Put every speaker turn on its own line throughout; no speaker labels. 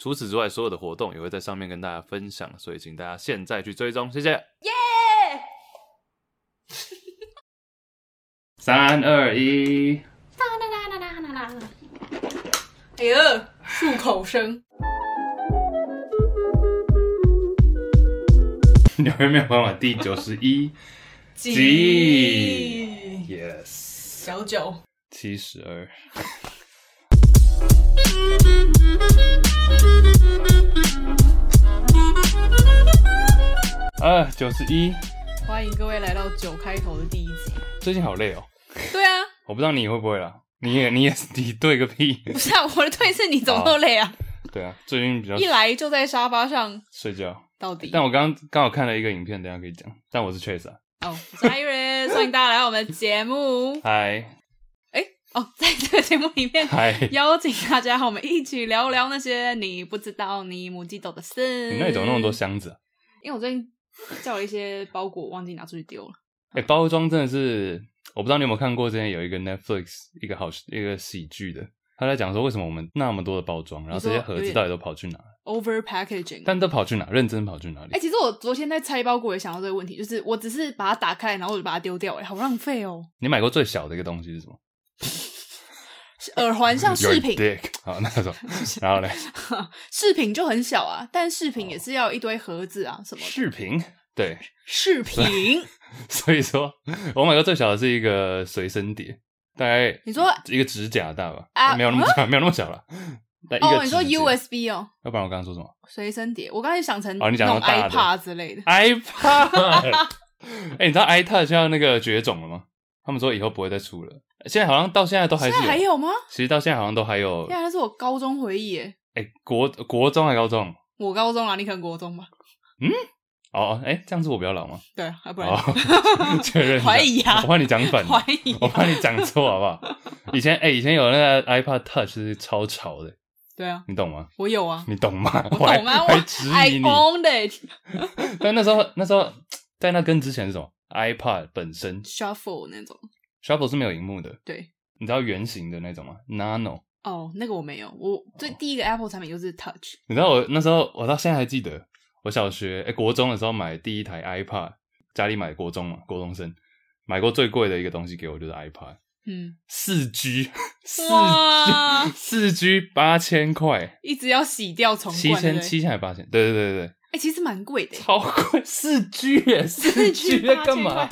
除此之外，所有的活动也会在上面跟大家分享，所以请大家现在去追踪，谢谢。
耶！
三二 一，
哎呦，漱口声。
纽约没有办法第九十一
挤
，yes，
小九，
七十二， 啊，九十一，
欢迎各位来到九开头的第一集。
最近好累哦，
对啊，
我不知道你会不会啦，你也你也 你对个屁，
不是啊，我的对是你怎么那么累啊？
对啊，最近比较
一来就在沙发上，
睡觉。
到底
但我刚刚好看了一个影片，等一下可以讲。但我是 Chase 啊，
哦，我是 Iris，欢迎大家来到我们的节目。
嗨
哎，哦，在这个节目里 面，
嗨，
邀请大家和我们一起聊聊那些你不知道、你母鸡走的事。
你那里怎么那
嗯
么多？箱子、啊？
因为我最近叫了一些包裹，忘记拿出去丢了。
哎、包装真的是，我不知道你有没有看过，之前有一个 Netflix 一个好一个喜剧的，他在讲说为什么我们那么多的包装，然后这些盒子到底都跑去哪？
Over packaging，
但都跑去哪？认真跑去哪里？
哎、其实我昨天在拆包裹也想到这个问题，就是我只是把它打开，然后我就把它丢掉、哎，好浪费哦。
你买过最小的一个东西是什么？
是耳环像饰
Your
品，
dick 好，那种。然后嘞，
饰品就很小啊，但饰品
哦
也是要一堆盒子啊什么的。
视频对，
饰品，
所以说我买过最小的是一个随身碟，大概
你说
一个指甲大吧？
啊
没有那么大，没有那么小了。但一个
哦，你说
指甲
USB 哦，
要不然我刚刚说什么
随身碟，我刚才想成
哦你
那
讲到
种
大的
iPad 之类的。
？iPad。哎、你知道 iPad 要那个绝种了吗？他们说以后不会再出了。现在好像到现在都还
现
是哦
在还有吗？
其实到现在好像都还有。
现在那是我高中回忆耶，
哎、国国中还高中？
我高中啊，你可能国中吧？
哦，哎、这样子我比较老吗？
对啊，要不然
哦，确认一下
怀疑啊
我怕你讲反了，
怀疑啊
我怕你讲错好不好？以前哎、以前有那个 iPad Touch 是超潮的，
对啊，
你懂吗？
我有 啊，
你懂吗？
我
还
懂啊，我
还质
I
疑你。
owned it。
但那时候那时候在那跟之前是什么 iPad 本身
Shuffle 那种，
Shuffle 是没有荧幕的，
对，
你知道圆形的那种吗？Nano，
哦，那个我没有，我
哦
最第一个 Apple 产品就是 Touch，
你知道我那时候我到现在还记得，我小学哎、国中的时候买第一台 iPad，家里买国中嘛，国中生买过最贵的一个东西给我就是 iPad，
嗯，
四 G 四
哇
四 G 八千块，
一直要洗掉重
七
灌，对
千
不对
七千还八千，对对对对
哎、其实蛮贵的
对，，超贵，四 G 耶，四 G 在干嘛？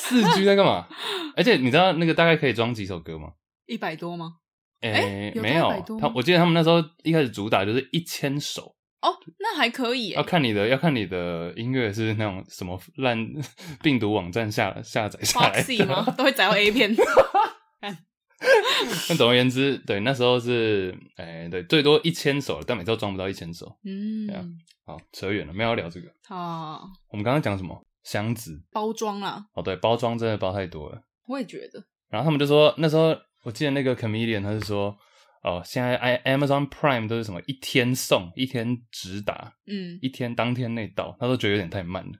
四 G 在干嘛？而且你知道那个大概可以装几首歌吗？
一百多吗？
诶、
有
没
到
有
100多，
他
吗
我记得他们那时候一开始主打就是一千首，
哦，那还可以耶
要，看你的，要看你的音乐是那种什么烂病毒网站下下载下
花
来
C 吗？
的。
都会载到 A 片，
啊那总而言之，对，那时候是，哎、对，最多一千首，但每次都装不到一千首。对啊
嗯，
好，扯远了，没有要聊这个。
啊，
我们刚刚讲什么？箱子
包装啦，
哦，对，包装真的包太多了。
我也觉得，
然后他们就说，那时候我记得那个 comedian 他是说，哦，现在 i Amazon Prime 都是什么一天送，一天直达，
嗯，
一天当天内到，他都觉得有点太慢了。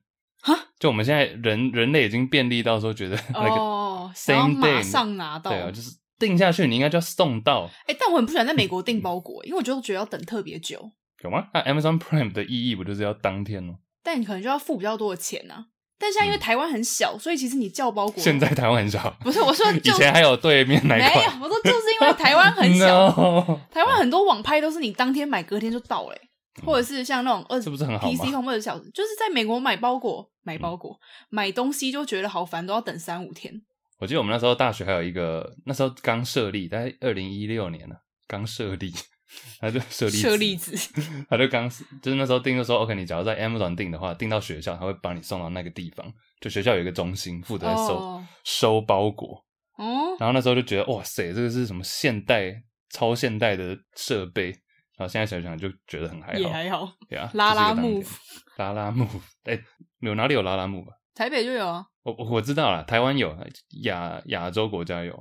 哈，
就我们现在人人类已经便利到说觉得 那个、
哦，想要
same
马
day
上拿到，
对啊，就是定下去，你应该就要送到，
哎、但我很不喜欢在美国
嗯
订包裹，因为我就觉得要等特别久，
有吗？那 Amazon Prime 的意义不就是要当天吗？
但你可能就要付比较多的钱啊。但现在因为台湾很小，所以其实你叫包
嗯
裹，
现在台湾很 少，
不是我 说
以
就
前还有对面那
没
一款，
有，我说就是因为台湾很 小
No
台湾很多网拍都是你当天买，隔天就到嘞、或者是像那种二
这嗯
十
不是很好
PC
吗？
控或者小时，就是在美国买包裹、买包裹、买东西就觉得好烦，都要等三五天。
我记得我们那时候大学还有一个，那时候刚设立，大概二零一六年呢、刚设立， 他就设立
舍利，子，
他就刚就是那时候订就说，OK，你只要在 Amazon 订的话，订到学校，他会把你送到那个地方，就学校有一个中心负责收、
哦
收包裹，
哦，
然后那时候就觉得，哇塞，这个是什么现代、超现代的设备，然后现在想想就觉得很还
也
好，
还好。
对啊，
拉拉
就是一个当
木
片 拉拉木，哎、有哪里有拉拉木吧？
台北就有啊，
我我我知道了，台湾有，亚亚洲国家有，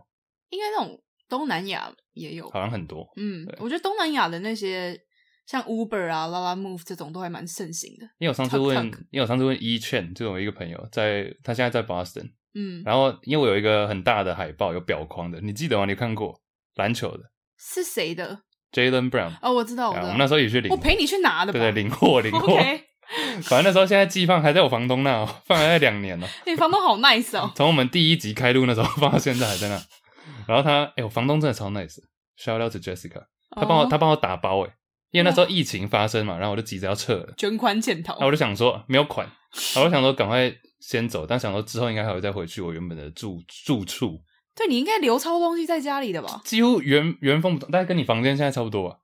应该那种东南亚也有。
好像很多。
嗯
对，
我觉得东南亚的那些像 Uber 啊、拉拉 Move 这种都还蛮盛行的。
因为我上次问
Tuk Tuk
因为我上次问一劝，就是我一个朋友在，他现在在 Boston，
嗯，
然后因为我有一个很大的海报，有表框的，你记得吗？你有看过篮球的
是谁的？
Jalen Brown，、
哦，我知道，
啊
知
我
道。
们那时候也去领，
我陪你去拿的吧。哦
对对，领货领货。
OK，
反正那时候现在寄放还在我房东那、哦，放还在两年哦，
你房东好 nice 哦。
从我们第一集开录那时候放到现在还在那。然后他，哎、我房东真的超 nice，shout out to Jessica，他帮我、
哦
他帮我打包哎、因为那时候疫情发生嘛，然后我就急着要撤了，
卷款潜逃
然后。我就想说没有款，然后我想说赶快先走，但想说之后应该还会再回去我原本的住住处，
对你应该留超东西在家里的吧
几乎原原封不动，大概跟你房间现在差不多吧。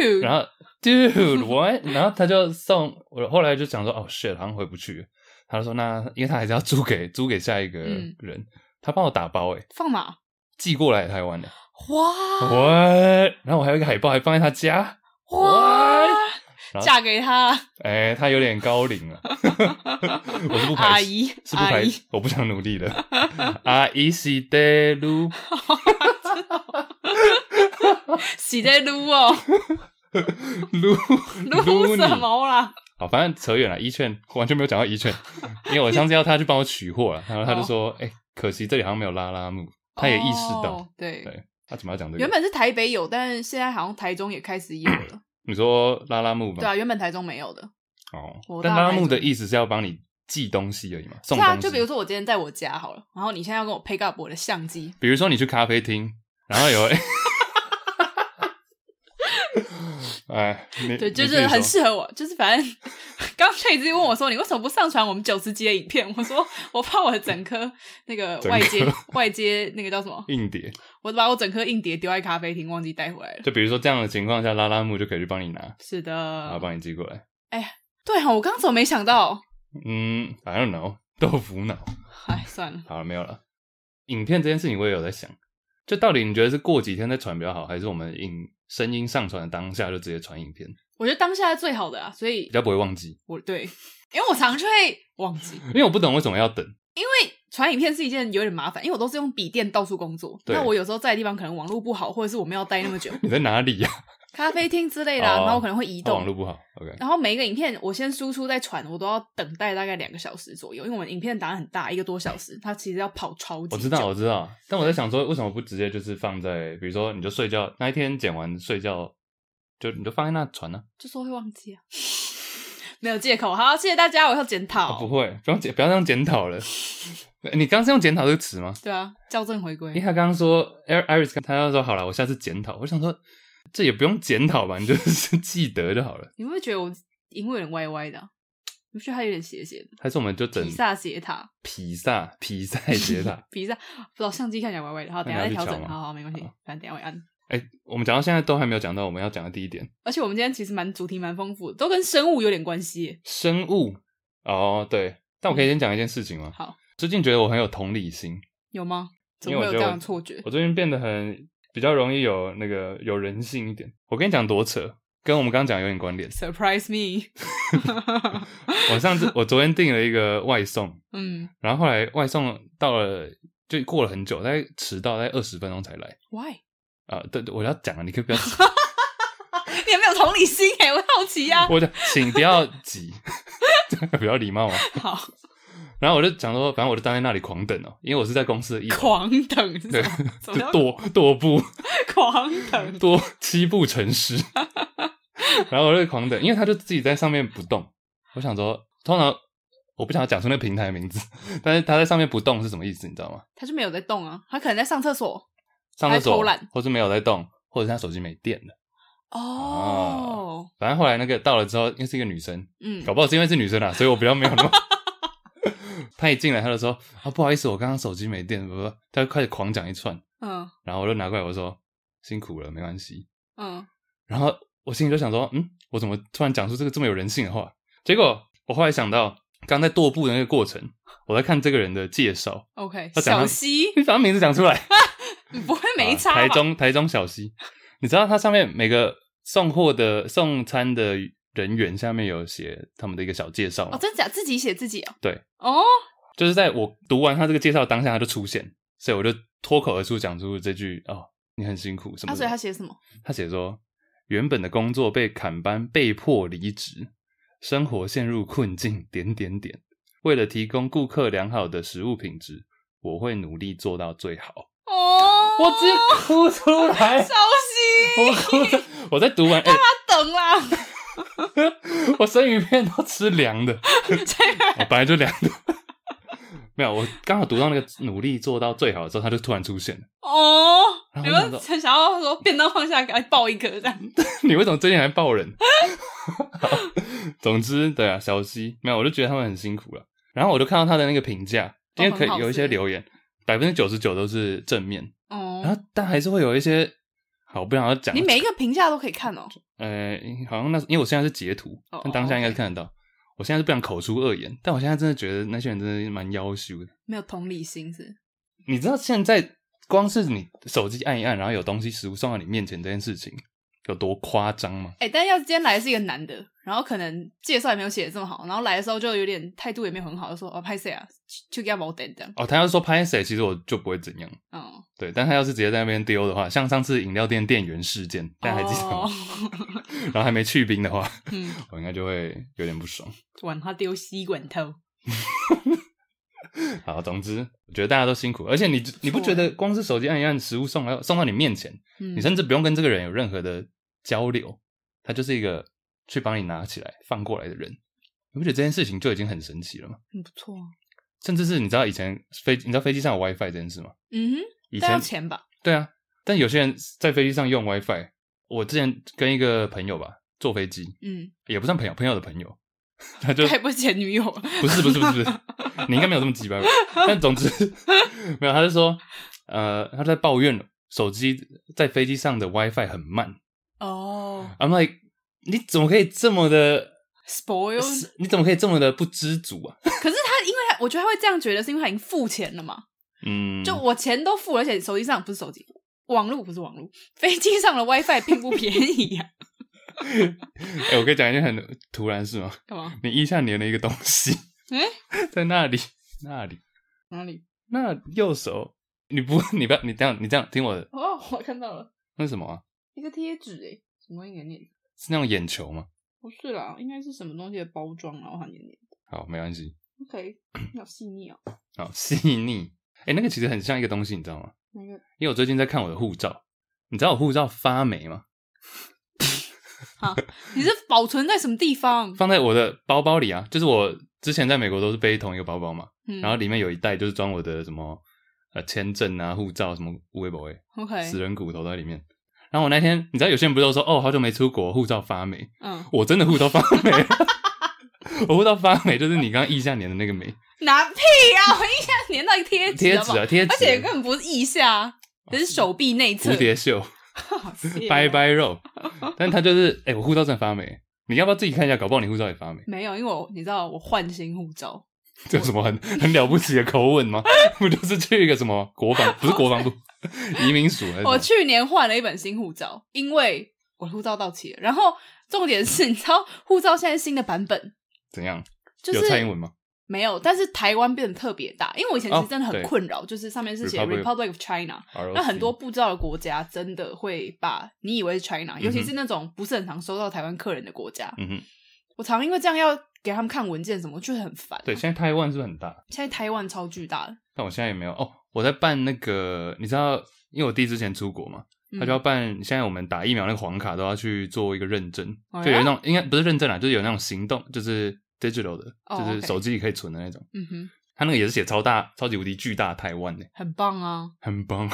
？Dude，
然后 dude what？然 后他就送我，后来就想说哦 shit，好像回不去了。他就说那因为他还是要租给租给下一个
嗯
人，他帮我打包诶、
放哪？
寄过来台湾 的、
哇
what？然后我还有一个海报还放在他家，
哇
What？然后！
嫁给他，
哎、他有点高龄了， 我是不排斥
阿姨，
是不
阿
排
姨，，
我不想努力了。阿姨是得 路，
洗在撸哦，
撸
撸
你
什么啦？
好，反正扯远了。一券完全没有讲到一券，因为我上次要他去帮我取货了，然后他就说：“哎、可惜这里好像没有拉拉木。”他也意识到，
哦对，
对他怎么要讲这
原
个？
本是台北有，但是现在好像台中也开始有了。
你说拉拉木
对
吧？
啊，原本台中没有的。
哦
我，
但
大概
拉拉木的意思是要帮你寄东西而已嘛，送
是
东
啊，
西。
就比如说我今天在我家好了，然后你现在要跟我 pick up 我的相机，
比如说你去咖啡厅，然后有， 哎， 你
对，就
你自
是
己说
很适合我。就是反正 刚才一直问我说，你为什么不上传我们九十集的影片？我 说我怕我的整颗那个
整
外接
颗
外接那个叫什么，
硬碟。
我把我整颗硬碟丢在咖啡厅，忘记带回来了。
就比如说这样的情况下，拉拉木就可以去帮你拿，
是
然后
的，
帮你寄过来。
对哦，我刚刚怎么没想到？
嗯，I don't know，豆腐脑。
哎，算了，
好了，没有了。影片这件事情我也有在想，就到底你觉得是过几天再传比较好，还是我们影声音上传的当下就直接传影片，
我觉得当下是最好的啊，所以
比较不会忘记？
我对，因为我常常就会忘记，
因为我不懂为什么要等。
因为传影片是一件有点麻烦，因为我都是用笔电到处工作，
对
那我有时候在的地方可能网络不好，或者是我没有待那么久，
你在哪里呀、
咖啡厅之类的啊、
哦
然后我可能会移
啊？网
动
络。不好，OK。
然后每一个影片，我先输出再传，我都要等待大概两个小时左右，因为我们影片档案很大，一个多小时，它其实要跑超级
我知道，
久
我知道，但我在想说，为什么不直接就是放在，比如说你就睡觉那一天剪完睡觉，就你就放在那传呢、
就说会忘记啊， 没有借口。好，谢谢大家，我要检
啊
讨。
不会，不用检，不要这样检 讨了。你刚刚是用“检讨”这个词吗？
对啊，校正回
因为
归。
他刚刚说，Ir- Iris，他要说好了，我下次检讨。我想说，这也不用检讨吧，你就是记得就好了。
你会不会觉得我荧幕有点歪歪的啊、你不觉得它有点斜斜的？
还是我们就整
比萨斜塔，
比萨比赛斜塔。
比萨不知道相机看起来歪歪的，好，等一下
那
再
你要
调
去
整。
瞧吗啊
好好，没关系
好，
反正等一下会按。
哎、我们讲到现在都还没有讲到我们要讲的第一点，
而且我们今天其实蛮主题蛮丰富的，都跟生物有点关系耶。
生物。哦，对，但我可以先讲一件事情吗？
嗯好，
最近觉得我很有同理心，
有吗？怎
因
么
为我
会
觉
有这
得
样
我
的错觉？
我最近变得很比较容易有那个有人性一点。我跟你讲多扯，跟我们刚刚讲有点关联。
Surprise me！
我上次我昨天订了一个外送，
嗯
然后后来外送到了，就过了很久，大概迟到大概二十分钟才来。
，Why？
啊、对，对我要讲了，你可以不要急，
你有没有同理心哎、我好奇呀、
我讲，请不要急， 这样比较礼貌嘛。哦
好，
然后我就讲说，反正我就站在那里狂等哦，因为我是在公司的一楼，
狂等是
对
什么，
就
什么叫
踱踱步
狂等？
多七步成诗， 然后我就狂等，因为他就自己在上面不动。我想说，通常我不想要讲出那个平台名字， 但是他在上面不动是什么意思，你知道吗？
他就没有在动啊，他可能在上厕所。
上厕
还偷
所
懒，
或是没有在动，或者是他手机没电了。
哦，
反正后来那个到了之后，因为是一个女生，
嗯，
啊搞不好是因为是女生啦，啊所以我比较没有 那么。他一进来，他就说：“啊，不好意思，我刚刚手机没电。”不不，他就开始狂讲一串，
嗯
然后我就拿过来，我说：“辛苦了，没关系。
嗯，”
然后我心里就想说：“嗯，我怎么突然讲出这个这么有人性的话？”结果我后来想到，刚在踱步的那个过程，我在看这个人的介绍，
OK，
他讲
小
他
西
你把他名字讲出来，啊
你不会没差吧？
啊台中台中小溪，你知道它上面每个送货的送餐的人员下面有写他们的一个小介绍嘛
哦，，真假自己写自己哦。
对，
哦，
就是在我读完他这个介绍当下，他就出现，所以我就脱口而出讲出这句：“哦，你很辛苦什
啊，
么
所以他
的。
写什 么？
他写说，原本的工作被砍班，被迫离职，生活陷入困境，点点点。为了提供顾客良好的食物品质，我会努力做到最好。
哦，
我直接哭出来，
烧心，
我哭出来。我在读完，哎、
他等啦，
我生鱼片都吃凉 的。
这个
我本来就凉的。 没有，我刚好读到那个努力做到最好的时候，他就突然出现了。
哦，
然
你
后我想
们
说，
想要说便当放下给他抱一个这样，
你为什么最近还抱人？ 总之，对啊，小溪没有，我就觉得他们很辛苦了。然后我就看到他的那个评价，因
哦
为可以有一些留言，百分之九十九都是正面，然
哦，
后但还是会有一些好，我不想要讲
你。每一个评价都可以看哦，
呃，好像那因为我现在是截图
哦，
但当下应该是看得到。我现在是不想口出恶言，但我现在真的觉得那些人真的蛮妖羞的。
没有同理心是？
你知道现在光是你手机按一按，然后有东西食物送到你面前这件事情有多夸张吗？
哎，但要是今天来的是一个男的，然后可能介绍也没有写的这么好，然后来的时候就有点态度也没有很好，就说哦拍谁啊，去去给他毛等这样，
哦，他要是说拍谁，其实我就不会怎样。
嗯，
对，但他要是直接在那边丢的话，像上次饮料店店员事件，大家还记得吗？
哦
然后还没去冰的话，
嗯，
我应该就会有点不爽。
管他丢吸管
嗯
头，
好，总之我觉得大家都辛苦，而且你你不欸觉得光是手机按一按，食物送来送到你面前，
嗯
你甚至不用跟这个人有任何的交流，他就是一个去帮你拿起来放过来的人，你不觉得这件事情就已经很神奇了吗？
很不错啊，
甚至是你知道以前飞，你知道飞机上有 WiFi 这件事吗？
嗯哼，
以
但要
前
钱吧，
对啊，但有些人在飞机上用 WiFi。我之前跟一个朋友吧，坐飞机
嗯，
也不算朋友，朋友的朋友，他就
还不是前女友，啊
不是不是不是，不是你应该没有这么鸡巴吧。但总之 没有，他就说，呃，他在抱怨手机在飞机上的 WiFi 很慢。
哦
I'm like，你怎么可以这么的？
，spoil，
你怎么可以这么的不知足啊？
可是他，因为他我觉得他会这样觉得，是因为他已经付钱了嘛。
嗯，
就我钱都付了，而且手机上不是手机，网络不是网络，飞机上的 WiFi 并不便宜啊呀、
哎、我可以讲一件很突然的事吗？
干嘛？
你腋下粘了一个东西，
诶
在那里，那里，
哪里？
那右手，你不， 你不要，你这样，你这样听我的，
哦，我看到了
那是什么、啊？
一个贴纸，诶，什么黏黏？
是那种眼球吗？
不是哦啦，应该是什么东西的包装啊？我好黏黏。
好，没关系，
OK，要细腻哦。
好 细腻。哎、那个其实很像一个东西，你知道吗？
那个
因为我最近在看我的护照，你知道我护照发霉吗？
啊，你是保存在什么地方？
放在我的包包里啊，就是我之前在美国都是背同一个包包嘛，
嗯，
然后里面有一袋就是装我的什么呃签证啊、护照什么微博诶，
OK，
死人骨头都在里面。然后我那天，你知道有些人不是都说哦，好久没出国，护照发霉，
嗯，
我真的护照发霉了， 我护照发霉就是你刚刚腋下粘的那个霉
拿屁啊！我一下粘到一个贴纸，
贴
好不
纸
好
啊，贴纸，
而且根本不是腋下，只是手臂内侧
蝴。蝶 袖、
好啊谢
拜拜 肉，但它就是哎、我护照真的发霉，你要不要自己看一下？搞不好你护照也发霉，
没有，因为我你知道我换新护照，
这有什么很很了不起的口吻吗？ 不就是去一个什么国防，不是国防 部，移民署还是什么
我去年换了一本新护照，因为我的护照到期了。然后重点是，你知道护照现在新的版本
怎样？
就
有蔡英
是
文吗？
没有，但是台湾变得特别大，因为我以前其实真的
哦
很
对
困扰，就是上面是写
Republic
Republic of China，
ROC
那很多不知道的国家真的会把你以为是 China，尤其是那种不是很常收到台湾客人的国家，
嗯哼，
我常因为这样要给他们看文件什么，我就很烦。啊
对，现在台湾是不是很大？
现在台湾超巨大的，
但我现在也没有哦。我在办那个，你知道，因为我弟之前出国嘛，
嗯
他就要办。现在我们打疫苗那个黄卡都要去做一个认证，
哦
就有
呀
那种应该不是认证啦，就是有那种行动，就是 digital 的，
哦
就是
OK
手机里可以存的那种。
嗯哼，
他那个也是写超大、超级无敌巨大台湾的，
很棒 啊，
很棒，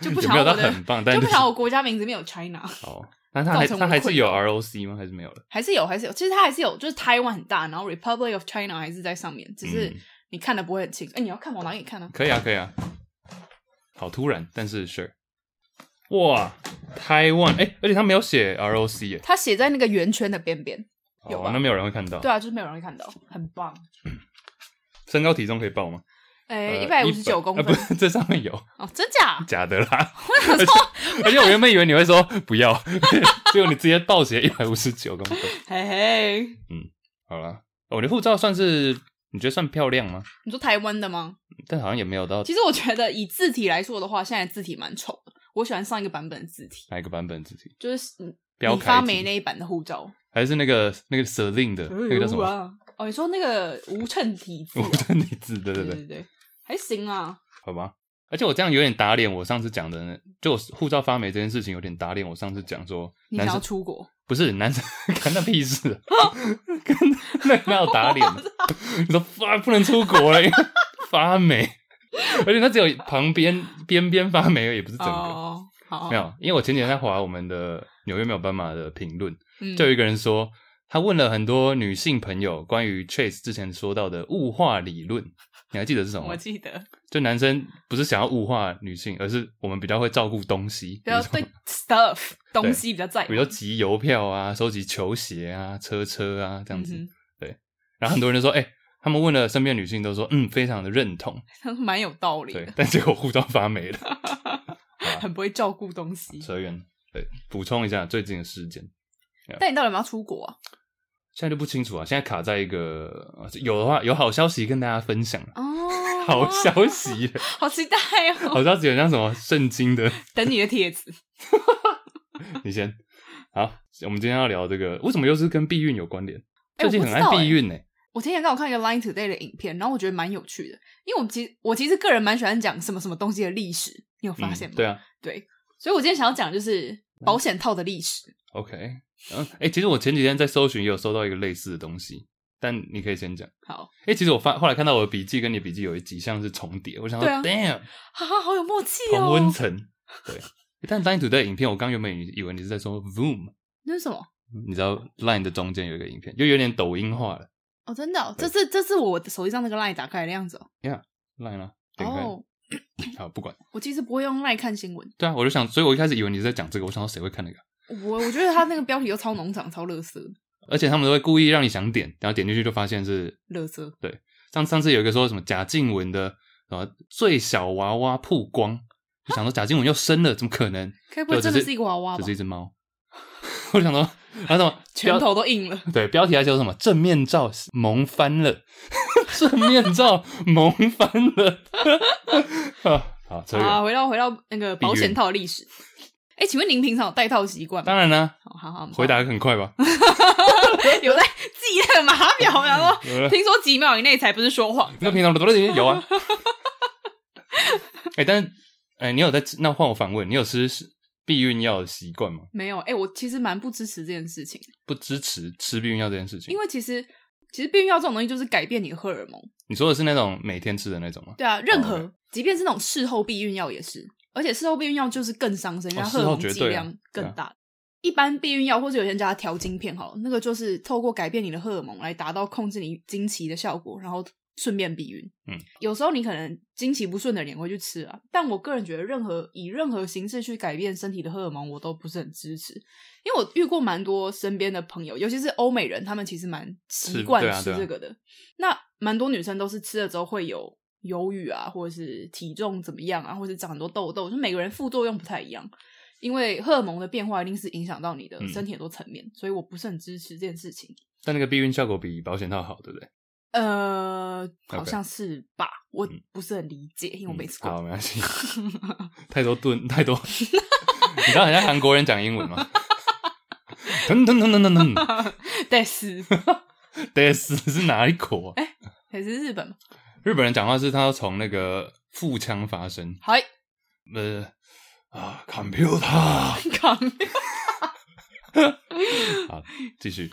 就不
有
想
没有
要
到
我的
很棒，但
就不
是
想我国家名字没有 China，
哦，那他还
造成我
他还是
困
有
扰
ROC 吗？还是没有了？
还是有，还是有，其实它还是有，就是台湾很大，然后 Republic of China 还是在上面，只是
嗯
你看的不会很清楚。哎、你要看往哪里看呢、
可以啊，可以啊。好突然，但是 sure。哇，台湾哎、而且他没有写 ROC 耶、
它写在那个圆圈的边边。有
哦，
吧
那没有人会看到。
对啊，就是没有人会看到，很棒。
身高体重可以报吗？
哎，
呃
一百五十九
100
公
呃不
分
是这上面有
哦，真 假？
假的 啦。
我想说，
而且我原本以为你会说不要， 结果你直接暴写一百五十九公分。
嘿嘿，
好啦，我的护照算是你觉得算漂亮吗？
你说台湾的吗？
但好像也没有到
其实我觉得以字体来说的话，现在字体蛮丑的。我喜欢上一个版本的字体，
哪一个版本自己
就是嗯
标
李
楷
发
体
霉那一版的护照。
还是那个那个 Celine 的那个叫什么？
啊？哦，你说那个无衬体字
我
啊、
的你字，对对
对
对，
对对，还行啊。
好吧。而且我这样有点打脸，我上次讲的，就我护照发霉这件事情有点打脸。我上次讲说，
你
男
想要
生
出国？
不是男生， 干那屁事啊，干那那有打脸的。你说发不能出国了，因为 发霉，而且它只有旁边边边发霉而已，也不是整个。
哦，好，
没，有，因为我前几天在划我们的纽约没有斑马的评论，
嗯，
就有一个人说，他问了很多女性朋友关于 Chase 之前说到的物化理论，你还记得是什么
我
吗？
记得，
就男生不是想要物化女性，而是我们比较会照顾东西，
不要
比如说
对 stuff 东西比较在意，
比如说集邮票啊、收集球鞋啊、车车啊这样子。
嗯哼
然后很多人就说，哎、他们问了身边的女性，都说嗯，非常的认同，
他 说蛮有道理
对
的，，
但结果护照发霉 了。
很不会照顾东西。
扯远，对，补充一下最近的事件。
但你到底有没有出国啊？
现在就不清楚啊，现在卡在一个呃有的话有好消息跟大家分享啊，
哦，
好消，息，
好期待哦！
好消息很像什么圣经的，
等你的帖子。
你先好，我们今天要聊这个，为什么又是跟避孕有关联？
哎
最近很爱
我不知道
避孕呢、
我前几天刚好看一个 Line Today 的影片，然后我觉得蛮有趣的，因为我其实我其实个人蛮喜欢讲什么什么东西的历史，你有发现吗？
对啊嗯
对，所以我今天想要讲就是保险套的历史。
，OK，嗯，哎、其实我前几天在搜寻也有搜到一个类似的东西，但你可以先讲。
好，
哎、其实我发后来看到我的笔记跟你笔记有一几项是重叠，我想说、
对啊
d a m n
哈哈，好有默契哦。
同温层，对。但 Line 图的影片，我刚原本以为你是在说 Voom，
那是什么？
你知道 Line 的中间有一个影片，就有点抖音化了
哦，真的哦、
对
这是这是我手机上那个 Line 打开的样子哦。
，Line 啊，点开，
哦，
好不管，
我其实不会用 Line 看新闻，
对啊，我就想，所以我一开始以为你是在讲这个，我想到谁会看那个，
我我觉得他那个标题又超农场、超乐色、
而且他们都会故意让你想点，然后点进去就发现是
乐色。
上上次有一个说什么贾静雯的什么最小娃娃曝光，就想说贾静雯又生了，怎么可能？
该不会
就
真的是一个娃娃
只
吧
是？一只猫。 我就想说，然后什么
拳
标
头都硬了，
对标题还写什么正面照萌翻了， 正面照萌翻了。 啊好，这
啊！
个
回到回到那个保险套的历史。哎、请问您平常有戴套习惯吗？
当然啦、
好好好，
回答得很快吧。
有在记那个码表，然后
有了
听说几秒以内才不是说谎。
呃那平常的多里有啊。 哎、但是哎、你有在吃那换我反问，你有吃避孕药的习惯吗？
没有，哎、我其实蛮不支持这件事情，
不支持吃避孕药这件事情
因。为其实其实避孕药这种东西就是改变你的荷尔蒙，
你说的是那种每天吃的那种吗？
对啊，任
哦
何、即便是那种事后避孕药也是，而且事后避孕药就是更伤身，因为它
事
荷
后
尔蒙
绝
剂
对啊
量
对
更
啊
大。一般避孕药或者有些人叫它调经片，好了，那个就是透过改变你的荷尔蒙来达到控制你经期的效果，然后顺便避孕。
嗯，
有时候你可能经期不顺的人也会去吃啊，但我个人觉得任何以任何形式去改变身体的荷尔蒙，我都不是很支持，因为我遇过蛮多身边的朋友，尤其是欧美人，他们其实蛮习
吃
惯
对啊
吃
对啊
这个的。那蛮多女生都是吃了之后会有忧郁啊，或者是体重怎么样啊，或者长很多痘痘，就每个人副作用不太一样。因为荷尔蒙的变化一定是影响到你的
嗯
身体很多层面，所以我不是很支持这件事情。
但那个避孕效果比保险套好，对不对？
呃，
OK 嗯
好像是吧我不是很理解，因为我没吃过。
好，没关系。太多顿，太多。 你知道很像韩国人讲英文吗？ 腾腾腾腾腾腾，
但是
这是是哪一口啊？
还是日本嘛，
日本人讲话是他要从那个腹腔发声，
嗨，
呃啊，computer。
港
好，继续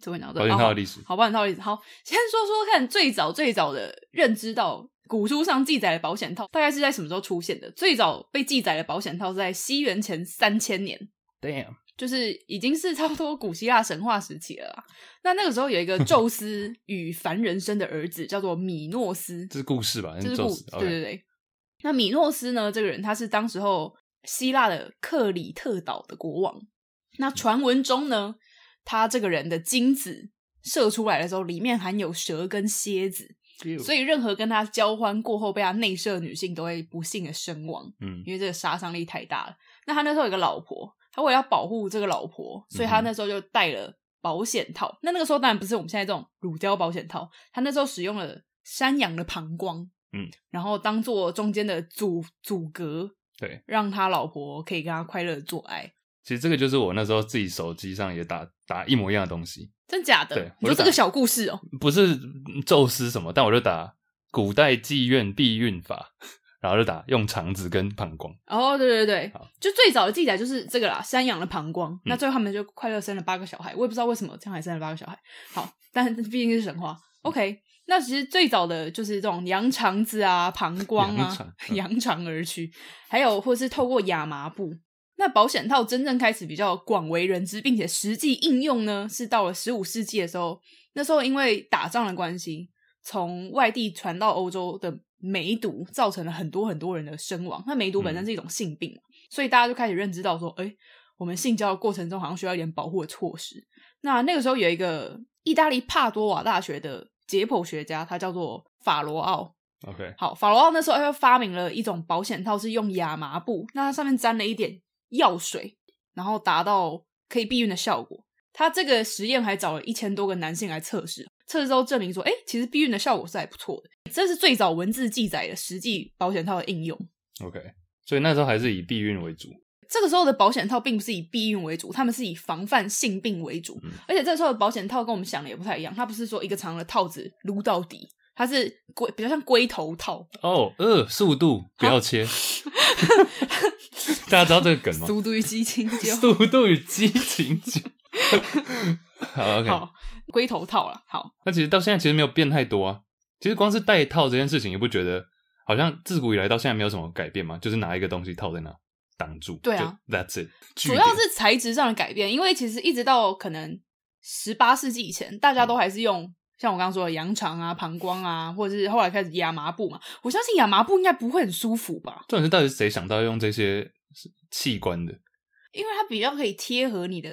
怎么讲到
保
这？
险
哦
套的历史。
好吧，套好，先说说看最早最早的认知到古书上记载的保险套，大概是在什么时候出现的？最早被记载的保险套是在西元前三千年，
Damn，
就是已经是差不多古希腊神话时期了啦。那那个时候有一个宙斯与凡人生的儿子叫做米诺斯，
这是故事吧？
这是
宙
故
斯
对对对。那米诺斯呢？这个人他是当时候希腊的克里特岛的国王。那传闻中呢，他这个人的精子射出来的时候，里面含有蛇跟蝎子，所以任何跟他交欢过后被他内射的女性都会不幸的身亡，
嗯
因为这个杀伤力太大了。那他那时候有个老婆，他为了要保护这个老婆，所以他
嗯哼
那时候就带了保险套。那那个时候当然不是我们现在这种乳胶保险套，他那时候使用了山羊的膀胱，
嗯，
然后当做中间的阻阻隔，
对，
让他老婆可以跟他快乐地做爱。
其实这个就是我那时候自己手机上也打打一模一样的东西，
真假
对
的？
我
你
就
说这
打
个小故事哦、
不是嗯宙斯什么，但我就打古代妓院避孕法，然后就打用肠子跟膀胱。
哦，对对对
好，嗯
就最早的记载就是这个啦，山羊的膀胱。那最后他们就快乐生了八个小孩，我也不知道为什么这样还生了八个小孩。好，但毕竟是神
嗯
话。OK，那其实最早的就是这种羊肠子啊、膀胱
羊
啊
肠、 嗯
扬长而去，还有或是透过亚麻布。那保险套真正开始比较广为人知，并且实际应用呢，是到了十五世纪的时候。那时候因为打仗的关系，从外地传到欧洲的梅毒，造成了很多很多人的身亡。那梅毒本身是一种性病嘛，所以大家就开始认知到说，哎、我们性交的过程中好像需要一点保护的措施。那那个时候有一个意大利帕多瓦大学的解剖学家，他叫做法罗奥。
OK，
好，法罗奥那时候他就发明了一种保险套，是用亚麻布，那它上面沾了一点药水，然后达到可以避孕的效果。他这个实验还找了一千多个男性来测试，测试之后证明说，哎、其实避孕的效果是还不错的。这是最早文字记载的实际保险套的应用。
OK，所以那时候还是以避孕为主。
这个时候的保险套并不是以避孕为主，他们是以防范性病为主。
嗯
而且这时候的保险套跟我们想的也不太一样，它不是说一个长的套子撸到底，它是龟比较像龟头套，
哦，呃，速度不要切。 大家知道这个梗吗？
速度与激情就
速度与激情酒。好 OK，
好龟头套了。好，
那其实到现在其实没有变太多啊。其实光是戴套这件事情，你不觉得好像自古以来到现在没有什么改变吗？就是拿一个东西套在那挡住。
对啊
就，That's it 据
主
点。
要是材质上的改变，因为其实一直到可能十八世纪以前，大
嗯
家都还是用。像我刚刚说的羊肠啊、膀胱啊，或者是后来开始亚麻布嘛，我相信亚麻布应该不会很舒服吧，
重点是到底是谁想到用这些器官的？
因为它比较可以贴合你的，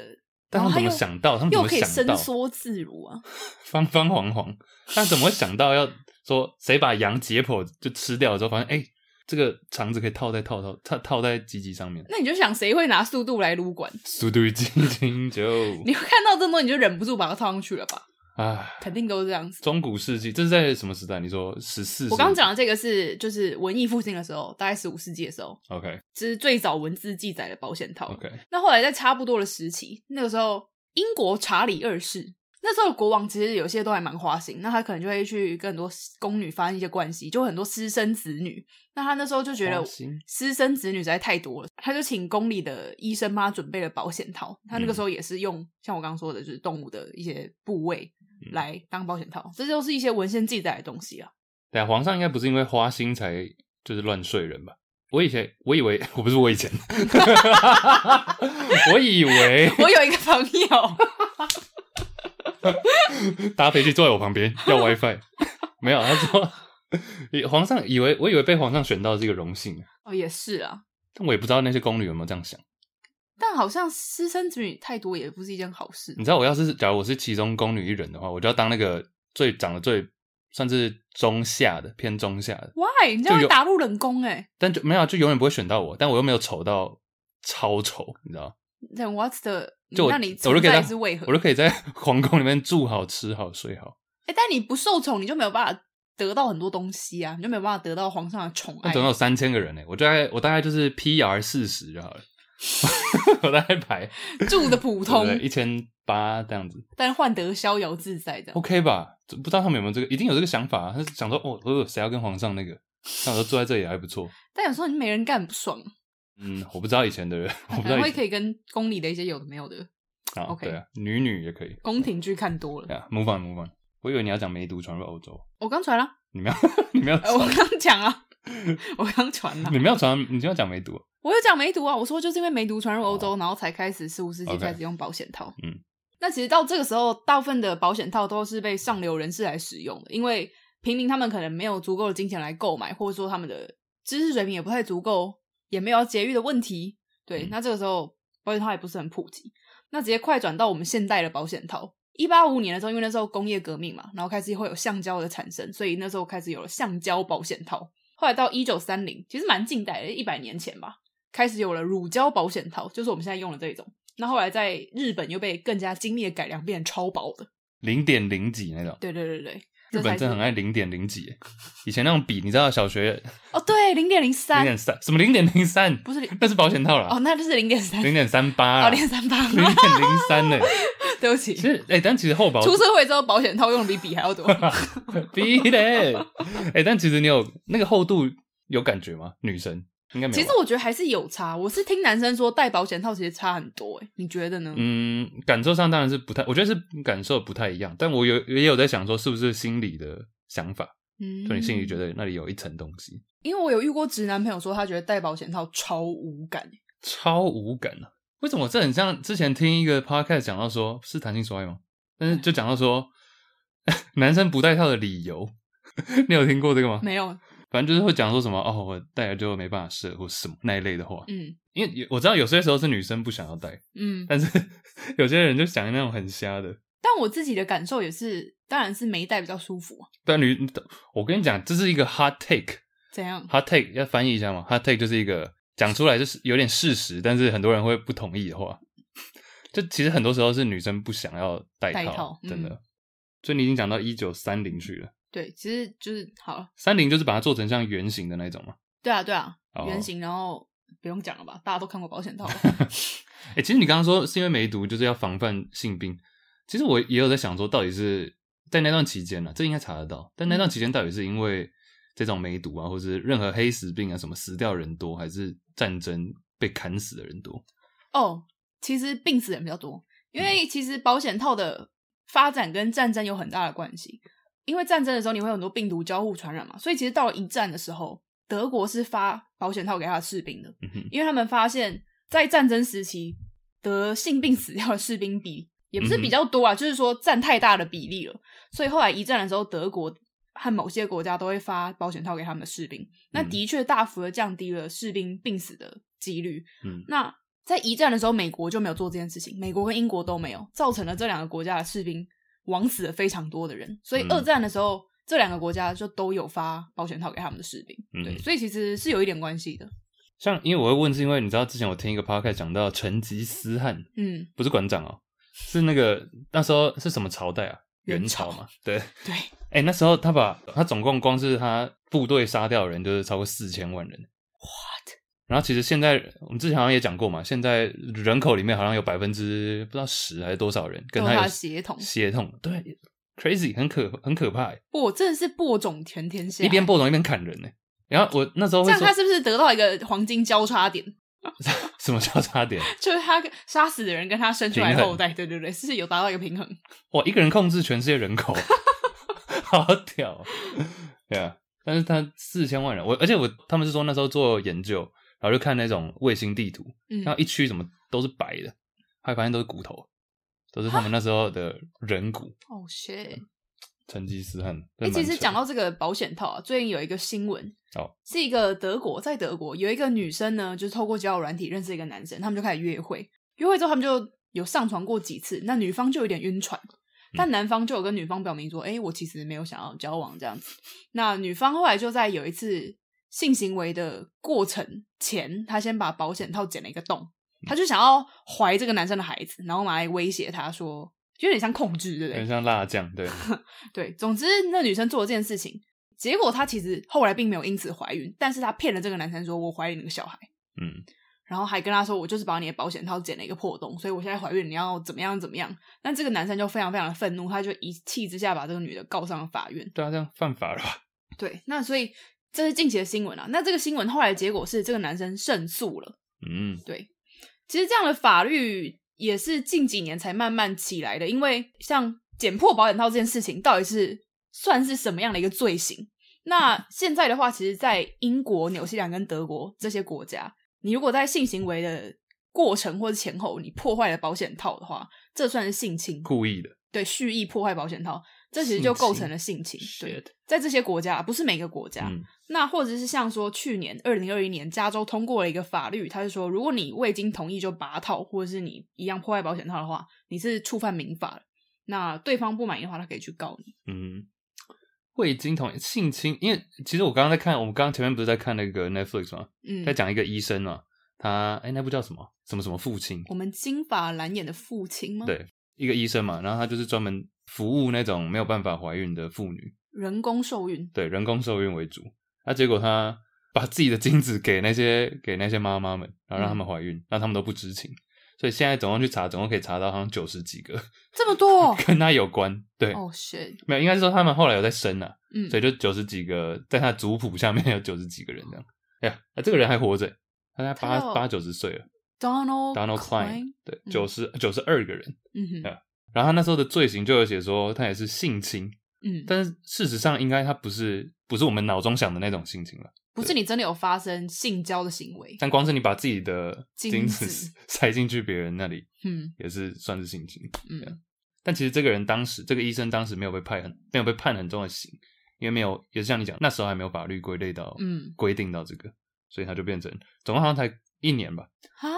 但他
然后
们
它
怎么
又
想到？嗯他们怎
又
么
可以
想
伸
到？
缩自如啊。
方方黄黄，但怎么会想到要说谁把羊解剖就吃掉了之后，发现哎、诶这个肠子可以套在套套套套在鸡鸡上 面，
那你就想谁会拿速度来撸管？
速度与激情就
你看到这么你就忍不住把它套上去了吧？
啊，
肯定都是这样子。
中古世纪这是在什么时代？你说十四？
我刚刚讲的这个是就是文艺复兴的时候，大概十五世纪的时候，
，OK
这是最早文字记载的保险套。
OK，
那后来在差不多的时期，那个时候英国查理二世那时候的国王其实有些都还蛮花心，那他可能就会去跟很多宫女发生一些关系，就很多私生子女。那他那时候就觉得
花心
私生子女实在太多了，他就请宫里的医生帮他准备了保险套。他
嗯
那个时候也是用、像我刚刚说的，就是动物的一些部位
嗯
来当保险套，这就是一些文献记载的东西啊。
对啊，皇上应该不是因为花心才就是乱睡人吧？我以前我以为 我不是我以前，我以为
我有一个朋友，
搭飞机坐在我旁边要 WiFi，没有，他说 以皇上以为我以为被皇上选到是一个荣幸，
哦，也是啊，
但我也不知道那些宫女有没有这样想。
但好像私生子女太多也不是一件好事
你。知道，我要是假如我是其中宫女一人的话，我就要当那个最长得最算是中下的偏中下的，
Why？你这样
就有
会打入冷宫哎、
但就没有啊就永远不会选到我，但我又没有丑到超丑，你知道吗？
Then what's the？
就我
那你
我就
存
可以
在
当
是为何？
我就可以在皇宫里面住好、吃好、睡好。
哎、但你不受宠，你就没有办法得到很多东西啊，你就没有办法得到皇上的宠
那
爱。
总共有三千个人呢，我大概我大概就是 PR 四十就好了， 我大概排
住的普通，
一千八这样子
但换得逍遥自在的。
，OK 吧？这不知道他们有没有这个，一定有这个想法、啊。他是想说，哦，呃，谁要跟皇上那个？那我说坐在这里还不错。
但有时候你没人干很不爽，
嗯，我不知道以前的人，我不
可
知道
能会
以
可
前
以跟宫里的一些有的没有的
啊
OK
对啊，女女也可以。
宫廷剧看多了。
对啊，move on move on。我以为你要讲梅毒传入欧洲，
我刚传了，
你没有 你没有
呃、我刚讲 啊，我刚传了
你。没有传，你就要讲梅毒。
我有讲梅毒啊，我说就是因为梅毒传入欧洲，
哦
然后才开始十五世纪
OK
开始用保险套。
嗯，
那其实到这个时候，大部分的保险套都是被上流人士来使用的，因为平民他们可能没有足够的金钱来购买，或者说他们的知识水平也不太足够，也没有要节育的问题。对，
嗯
那这个时候保险套也不是很普及，那直接快转到我们现代的保险套。一八五五年的时候，因为那时候工业革命嘛，然后开始会有橡胶的产生，所以那时候开始有了橡胶保险套。后来到一九三零，其实蛮近代的，一百年前吧，开始有了乳胶保险套，就是我们现在用的这一种。那后来在日本又被更加精密的改良，变成超薄的。
零点零几那种。
对对对对，
日
这
本
才
真的很
是
爱零点零几，以前那种笔，你知道小学
哦，对，零点零
零
三
点三什么零点零三，
不是零
那是保险套啦
哦，，那就是零点三
零点三
哦，
八，
零三八，
零点零三呢？
对不起
其，实哎、但其实厚薄
出社会之后保险套用的比笔还要多。
逼嘞，哎、但其实你有那个厚度有感觉吗？女生应该没有吧。
其实我觉得还是有差，我是听男生说戴保险套其实差很多、欸，你觉得呢？
嗯，感受上当然是不太，我觉得是感受不太一样。但我有也有在想说，是不是心理的想法，
嗯，
就你心里觉，得那里有一层东西，
因为我有遇过直男朋友说他觉得戴保险套超无感、欸
超无感啊！为什么这很像之前听一个 podcast 讲到说，是弹性说爱吗？但是就讲到说， 男生不戴套的理由，你有听过这个吗？
没有，
反正就是会讲说什么哦，我戴了就没办法射或什么那一类的话。
嗯
因为有我知道有些时候是女生不想要戴，
嗯，
但是 有些人就想那种很瞎的。
但我自己的感受也是，当然是没戴比较舒服、啊。
但女，我跟你讲，这是一个 hot take。
怎样？
hot take 要翻译一下吗？hot take 就是一个讲出来就是有点事实，但是很多人会不同意的话，就其实很多时候是女生不想要戴套，
戴套嗯
真的。所以你已经讲到一九三零去了，
对，其实就是好了。
三零就是把它做成像圆形的那种嘛。
对啊，对啊，
哦
圆形，然后不用讲了吧，大家都看过保险套了。
哎、其实你刚刚说是因为梅毒就是要防范性病，其实我也有在想说，到底是在那段期间啊呢、这应该查得到，但那段期间到底是因为这种梅毒啊，或是任何黑死病啊，什么死掉人多，还是战争被砍死的人多？
哦，其实病死人比较多，因为其实保险套的发展跟战争有很大的关系。因为战争的时候，你会有很多病毒交互传染嘛，所以其实到了一战的时候，德国是发保险套给他的士兵的，
嗯哼，
因为他们发现，在战争时期得性病死掉的士兵比也不是
嗯
比较多啊，就是说占太大的比例了。所以后来一战的时候，德国和某些国家都会发保险套给他们的士兵，那
嗯
的确大幅的降低了士兵病死的几率。
嗯
那在一战的时候，美国就没有做这件事情，美国跟英国都没有，造成了这两个国家的士兵枉死了非常多的人。所以
嗯
二战的时候，这两个国家就都有发保险套给他们的士兵，
嗯
对，所以其实是有一点关系的。
像因为我会问，是因为你知道之前我听一个 podcast 讲到成吉思汗
嗯，
不是馆长哦，是那个那时候是什么朝代啊？
元
元朝
朝
嘛，对，
对，
哎、那时候他把他总共光是他部队杀掉的人就是超过四千万人。
What？
然后其实现在我们之前好像也讲过嘛，现在人口里面好像有百分之不知道十还是多少人跟
都
他
有
有
他协同
协同，对，crazy 很可很可怕欸，
哦我真的是播种全天下，
一边播种一边砍人呢。欸然后我那时候
啊欸
会
这样
说
他是不是得到一个黄金交叉点？
什么交叉点？
就是他杀死的人跟他生出来
平
的
衡
后代，对对对，是有达到一个平衡。
哇，一个人控制全世界人口， 好屌、哦！对啊，但是他四千万人，我而且我他们是说那时候做研究，然后就看那种卫星地图，
嗯，
然后一区怎么都是白的，还发现都是骨头，都是他
啊
们那时候的人骨。
哦 shit！
成吉思汗，
哎、
真的
其
蛮
实
扯
讲到这个保险套啊，最近有一个新闻，
哦
是一个德国，在德国有一个女生呢，就是透过交友软体认识一个男生，他们就开始约会，约会之后他们就有上床过几次，那女方就有点晕船，
嗯
但男方就有跟女方表明说，哎、我其实没有想要交往这样子。那女方后来就在有一次性行为的过程前，她先把保险套剪了一个洞，
嗯
她就想要怀这个男生的孩子，然后拿来威胁他说，就有点像控制，
有
对不对
点？像辣酱， 对，
对，总之那女生做了这件事情，结果她其实后来并没有因此怀孕，但是她骗了这个男生说我怀了你那个小孩，
嗯，
然后还跟他说我就是把你的保险套剪了一个破洞，所以我现在怀孕，你要怎么样怎么样。那这个男生就非常非常的愤怒，他就一气之下把这个女的告上了法院。
对啊，这样犯法了吧？
对，那所以这是近期的新闻啊。那这个新闻后来的结果是这个男生胜诉了。
嗯，
对，其实这样的法律也是近几年才慢慢起来的，因为像剪破保险套这件事情，到底是算是什么样的一个罪行？那现在的话，其实，在英国、纽西兰跟德国这些国家，你如果在性行为的过程或者前后，你破坏了保险套的话，这算是性侵，
故意的，
对，蓄意破坏保险套，这其实
性
就构
侵
成了性侵。对
Shit，
在这些国家，不是每个国家，
嗯，
那或者是像说去年二零二一年，加州通过了一个法律，它是说，如果你未经同意就拔套，或者是你一样破坏保险套的话，你是触犯民法的。那对方不满意的话，他可以去告你。
嗯，味精同性侵，因为其实我刚刚在看，我们刚刚前面不是在看那个 Netflix 吗？在
嗯，
讲一个医生啊，他哎、那部叫什么什么什么父亲，
我们金发蓝眼的父亲吗？
对一个医生嘛，然后他就是专门服务那种没有办法怀孕的妇女，
人工受孕，
对人工受孕为主。那、结果他把自己的精子给那些 给那些妈妈们，然后让他们怀孕，
嗯
那、他们都不知情。所以现在总共去查，总共可以查到好像九十几个
这么多哦
跟他有关。对，
哦 shit，
没有，应该是说他们后来有在生啊，
嗯
所以就九十几个，在他的族谱下面有九十几个人这样。哎呀，那这个人还活着，他才
哦他哦
八
有
八九十岁了。
，Donald
Donald Klein，对，九十九十二个人。
嗯哼，
然后他那时候的罪行就有写说他也是性侵，
嗯，
但是事实上应该他不是不是我们脑中想的那种性侵了。
不是你真的有发生性交的行为，
但光是你把自己的
精
精子
子
塞进去别人那里，
嗯
也是算是性侵。
嗯
但其实这个人当时，这个医生当时没有被判很没有被判很重的刑，因为没有也是像你讲，那时候还没有法律归类到
嗯
规定到这个，所以他就变成总共好像才一年吧，
啊，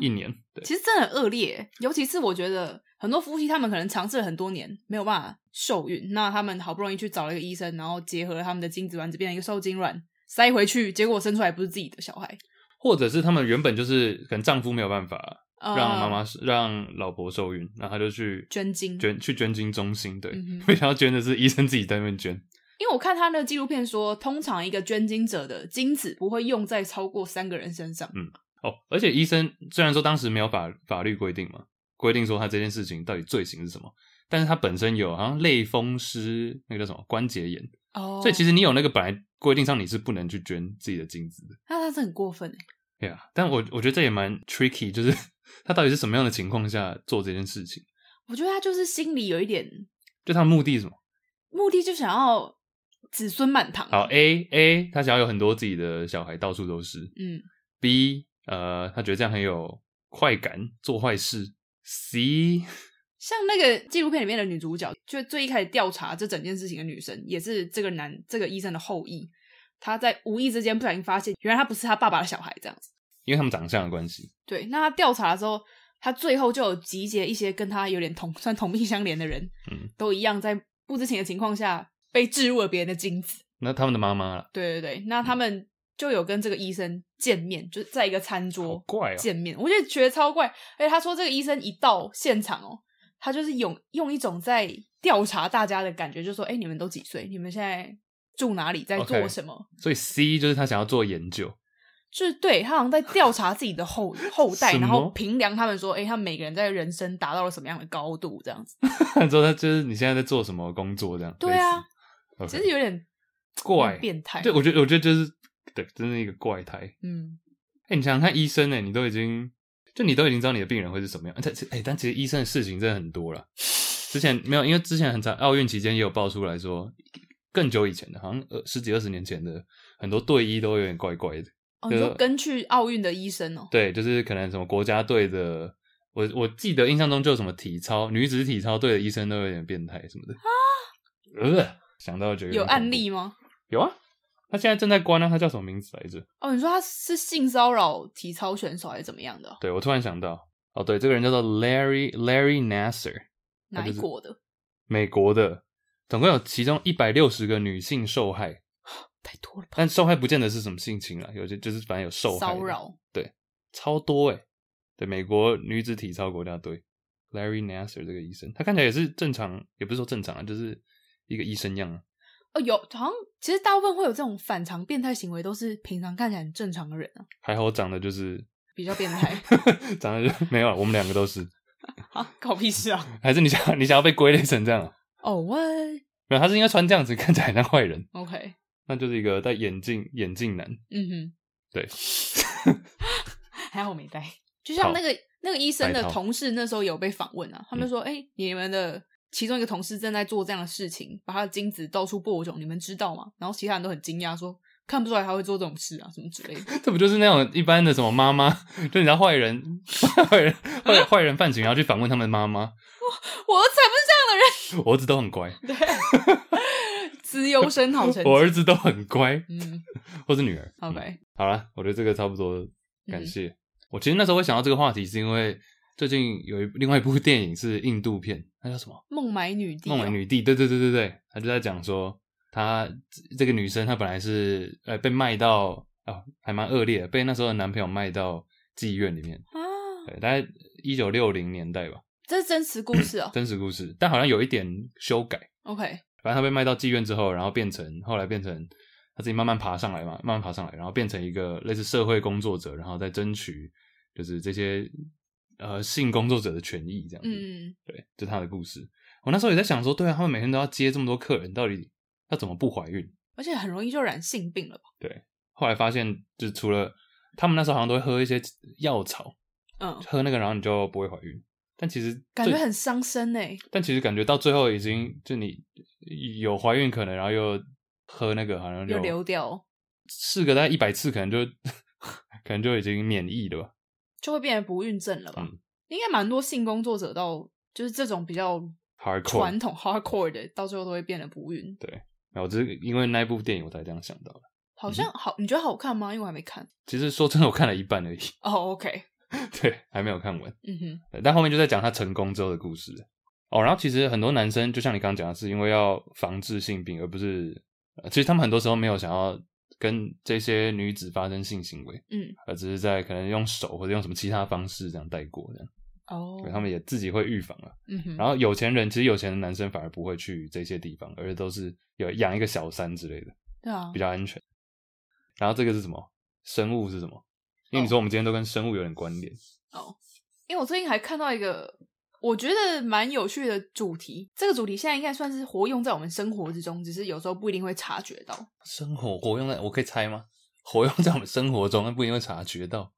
一年对，
其实真的很恶劣，欸尤其是我觉得很多夫妻他们可能尝试了很多年没有办法受孕，那他们好不容易去找了一个医生，然后结合了他们的精子卵子变成一个受精卵塞回去，结果生出来不是自己的小孩，
或者是他们原本就是可能丈夫没有办法
呃、
让妈妈、让老婆受孕，然后他就去
捐精
捐去捐精中心，对，
嗯哼
没想到捐的是医生自己在那边捐，
因为我看他那个纪录片说，通常一个捐精者的精子不会用在超过三个人身上。
哦，而且医生虽然说当时没有法法律规定嘛，规定说他这件事情到底罪行是什么，但是他本身有好像类风湿那个叫什么关节炎，
哦
所以其实你有那个本来规定上你是不能去捐自己的精子的，
那他是很过分欸
对啊。但我我觉得这也蛮 tricky，就是 他到底是什么样的情况下做这件事情，
我觉得他就是心里有一点
就他的目的是什么？
目的，就想要子孙满堂。
好，A A 他想要有很多自己的小孩，到处都是
嗯，
；B 呃，他觉得这样很有快感，做坏事；C
像那个纪录片里面的女主角，就最一开始调查这整件事情的女生，也是这个男这个医生的后裔。她在无意之间不小心发现，原来他不是他爸爸的小孩，这样子。
因为他们长相的关系。
对，那他调查的时候，他最后就有集结一些跟他有点同算同病相怜的人，
嗯，
都一样在不知情的情况下被置入了别人的精子。
那他们的妈妈啦
对对对，那
嗯
他们就有跟这个医生见面，就是在一个餐
好
桌
怪哦、
见面，我就觉得超怪。而且他说这个医生一到现场哦，他就是用用一种在调查大家的感觉，就说：“哎，你们都几岁？你们现在住哪里？在
OK
做什么
所以 C 就是他想要做研究，
就是对他好像在调查自己的后后代，
什么
然后评量他们说：“哎，他们每个人在人生达到了什么样的高度？”这样子，
之后他就是你现在在做什么工作这样。
对啊，
类似
其实有点
怪
有点变态。
对，我觉得我觉得就是对，真是一个怪胎。哎、
嗯，
你想想看，医生呢、欸你都已经就你都已经知道你的病人会是什么样，但其哎、但其实医生的事情真的很多了。之前没有，因为之前很长奥运期间也有爆出来说，更久以前的，好像呃十几二十年前的很多队医都有点怪怪的。
哦，你
就
说跟去奥运的医生哦，
对，就是可能什么国家队的，我我记得印象中就有什么体操女子体操队的医生都有点变态什么的啊，呃，想到就觉得
有
点恐
案
怖
例吗？
有啊，他现在正在关啊，他叫什么名字来着？
哦，你说他是性骚扰体操选手还是怎么样的哦？
对我突然想到，哦，对，这个人叫做 Larry Larry Nasser，他
哪
就
一
是
国的？
美国的，总共有其中一百六十个女性受害，
太多了吧？
但受害不见得是什么性侵啊，有些就是反正有受害
骚
的，
扰，
超多诶、对，美国女子体操国家队 Larry Nasser 这个医生，他看起来也是正常，也不是说正常啊，就是一个医生样啊。
哦，有好像其实大部分会有这种反常变态行为，都是平常看起来很正常的人啊，
还好长得就是，
比较变态，
长得就没有了，我们两个都是。
啊， 搞屁事啊！
还是你想你想要被归类成这样、啊？
哦喂
没有，他是因为穿这样子看起来很像坏人，
，OK，
那就是一个戴眼镜眼镜男。
嗯
对，
哼， 还好我没带。就像那个那个医生的
白套嗯
同事那时候有被访问啊，他们说：“哎、你们的其中一个同事正在做这样的事情，把他的精子到处播种，你们知道吗？”然后其他人都很惊讶，说：“看不出来他会做这种事啊，什么之类的。”
这不就是那种一般的什么妈妈，就你知道坏人坏人坏坏人犯情，然后去访问他们妈妈，
我儿子
我儿子都很乖，
才不是 这样的人，对， 资优生好成绩
我儿子都很乖，
嗯
或是女儿。嗯
，OK，
好了，我觉得这个差不多，感谢。我其实那时候会想到这个话题，是因为最近有一另外一部电影是印度片，它叫什么？
孟买女帝、哦
孟买，女帝，对对对对对，他就在讲说，她这个女生她本来是呃被卖到啊、还蛮恶劣的，被那时候的男朋友卖到妓院里面，
啊，
对，大概一九六零年代吧，
这是真实故事哦。
真实故事，但好像有一点修改，
OK，
反正她被卖到妓院之后，然后变成后来变成她自己慢慢爬上来嘛，慢慢爬上来，然后变成一个类似社会工作者，然后再争取就是这些呃性工作者的权益这样子，
嗯，
对，这是她的故事。我那时候也在想说，对啊，他们每天都要接这么多客人，到底要怎么不怀孕？
而且很容易就染性病了吧？
后来发现，就是除了他们那时候好像都会喝一些药草，
嗯，
喝那个然后你就不会怀孕，但其实
感觉
最
很伤身欸呢、
但其实感觉到最后已经就你有怀孕可能，然后又喝那个好像就
又流掉，
试个大概一百次，可能就 可能就已经免疫了吧。
就会变成不孕症了吧？
嗯
应该蛮多性工作者到就是这种比较
Hardcore，
传统 hardcore 的，到最后都会变得不孕。
然后我只是因为那一部电影我才这样想到的。
好
嗯
像好，你觉得好看吗？因为我还没看。
其实说真的，我看了一半而已，
哦、o k
对，还没有看完。
嗯哼，
对但后面就在讲他成功之后的故事。哦，然后其实很多男生，就像你刚刚讲的，是因为要防治性病，而不是、呃其实他们很多时候没有想要跟这些女子发生性行为，
嗯，
而只是在可能用手或者用什么其他方式这样带过，这样、
哦、
对他们也自己会预防了、
嗯哼，
然后有钱人，其实有钱的男生反而不会去这些地方，而都是有养一个小三之类的，
对啊
比，较安全。然后这个是什么？生物是什么？因为你
哦
说我们今天都跟生物有点关联，
因为我最近还看到一个我觉得蛮有趣的主题，这个主题现在应该算是活用在我们生活之中，只是有时候不一定会察觉到。
生活活用在，我可以猜吗？ 活用在我们生活中，那不一定会察觉到，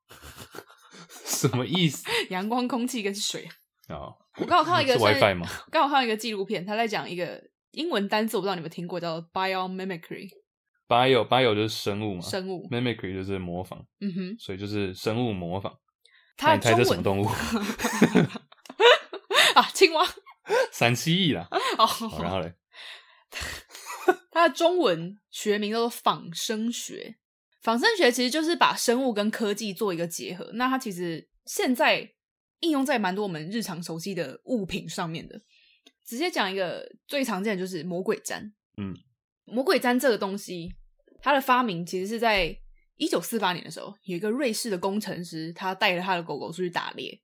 什么意思
阳光、空气跟水。
啊？
我刚好看到一个
是 WiFi 吗？
刚好看到一个纪录片，他在讲一个英文单词，我不知道你们听过，叫 biomimicry
bio bio 就是生物嘛，
生物。
mimicry 就是模仿，
嗯哼，
所以就是生物模仿。那
它
你猜这
的
什
中
么动
文
物？
啊，青蛙
三七亿啦。好，然
哦。
后嘞，
它的中文学名叫做仿生学。仿生学其实就是把生物跟科技做一个结合。那它其实现在应用在蛮多我们日常熟悉的物品上面的。直接讲一个最常见的就是魔鬼毡。
嗯，
魔鬼毡这个东西，它的发明其实是在一九四八年的时候，有一个瑞士的工程师，他带着他的狗狗出去打猎，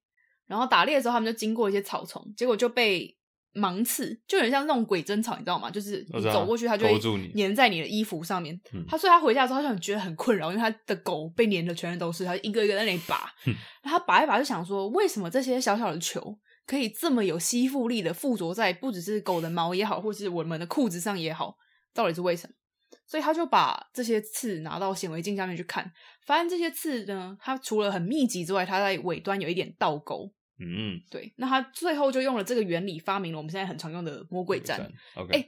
然后打猎的时候，他们就经过一些草丛，结果就被芒刺，就有点像那种鬼针草，你知道吗？就是
我
你
知道
走过去，它就
勾住
会
你
粘在你的衣服上面。
嗯
他所以他回家之后，他就很觉得很困扰，因为他的狗被粘的全都是，他就一个一个在那里拔，
嗯
然后他拔一拔就想说，为什么这些小小的球可以这么有吸附力的附着在不只是狗的毛也好，或是我们的裤子上也好，到底是为什么？所以他就把这些刺拿到显微镜下面去看，发现这些刺呢，它除了很密集之外，它在尾端有一点倒钩。
嗯，
对，那他最后就用了这个原理，发明了我们现在很常用的魔鬼毡。
，OK，、
哎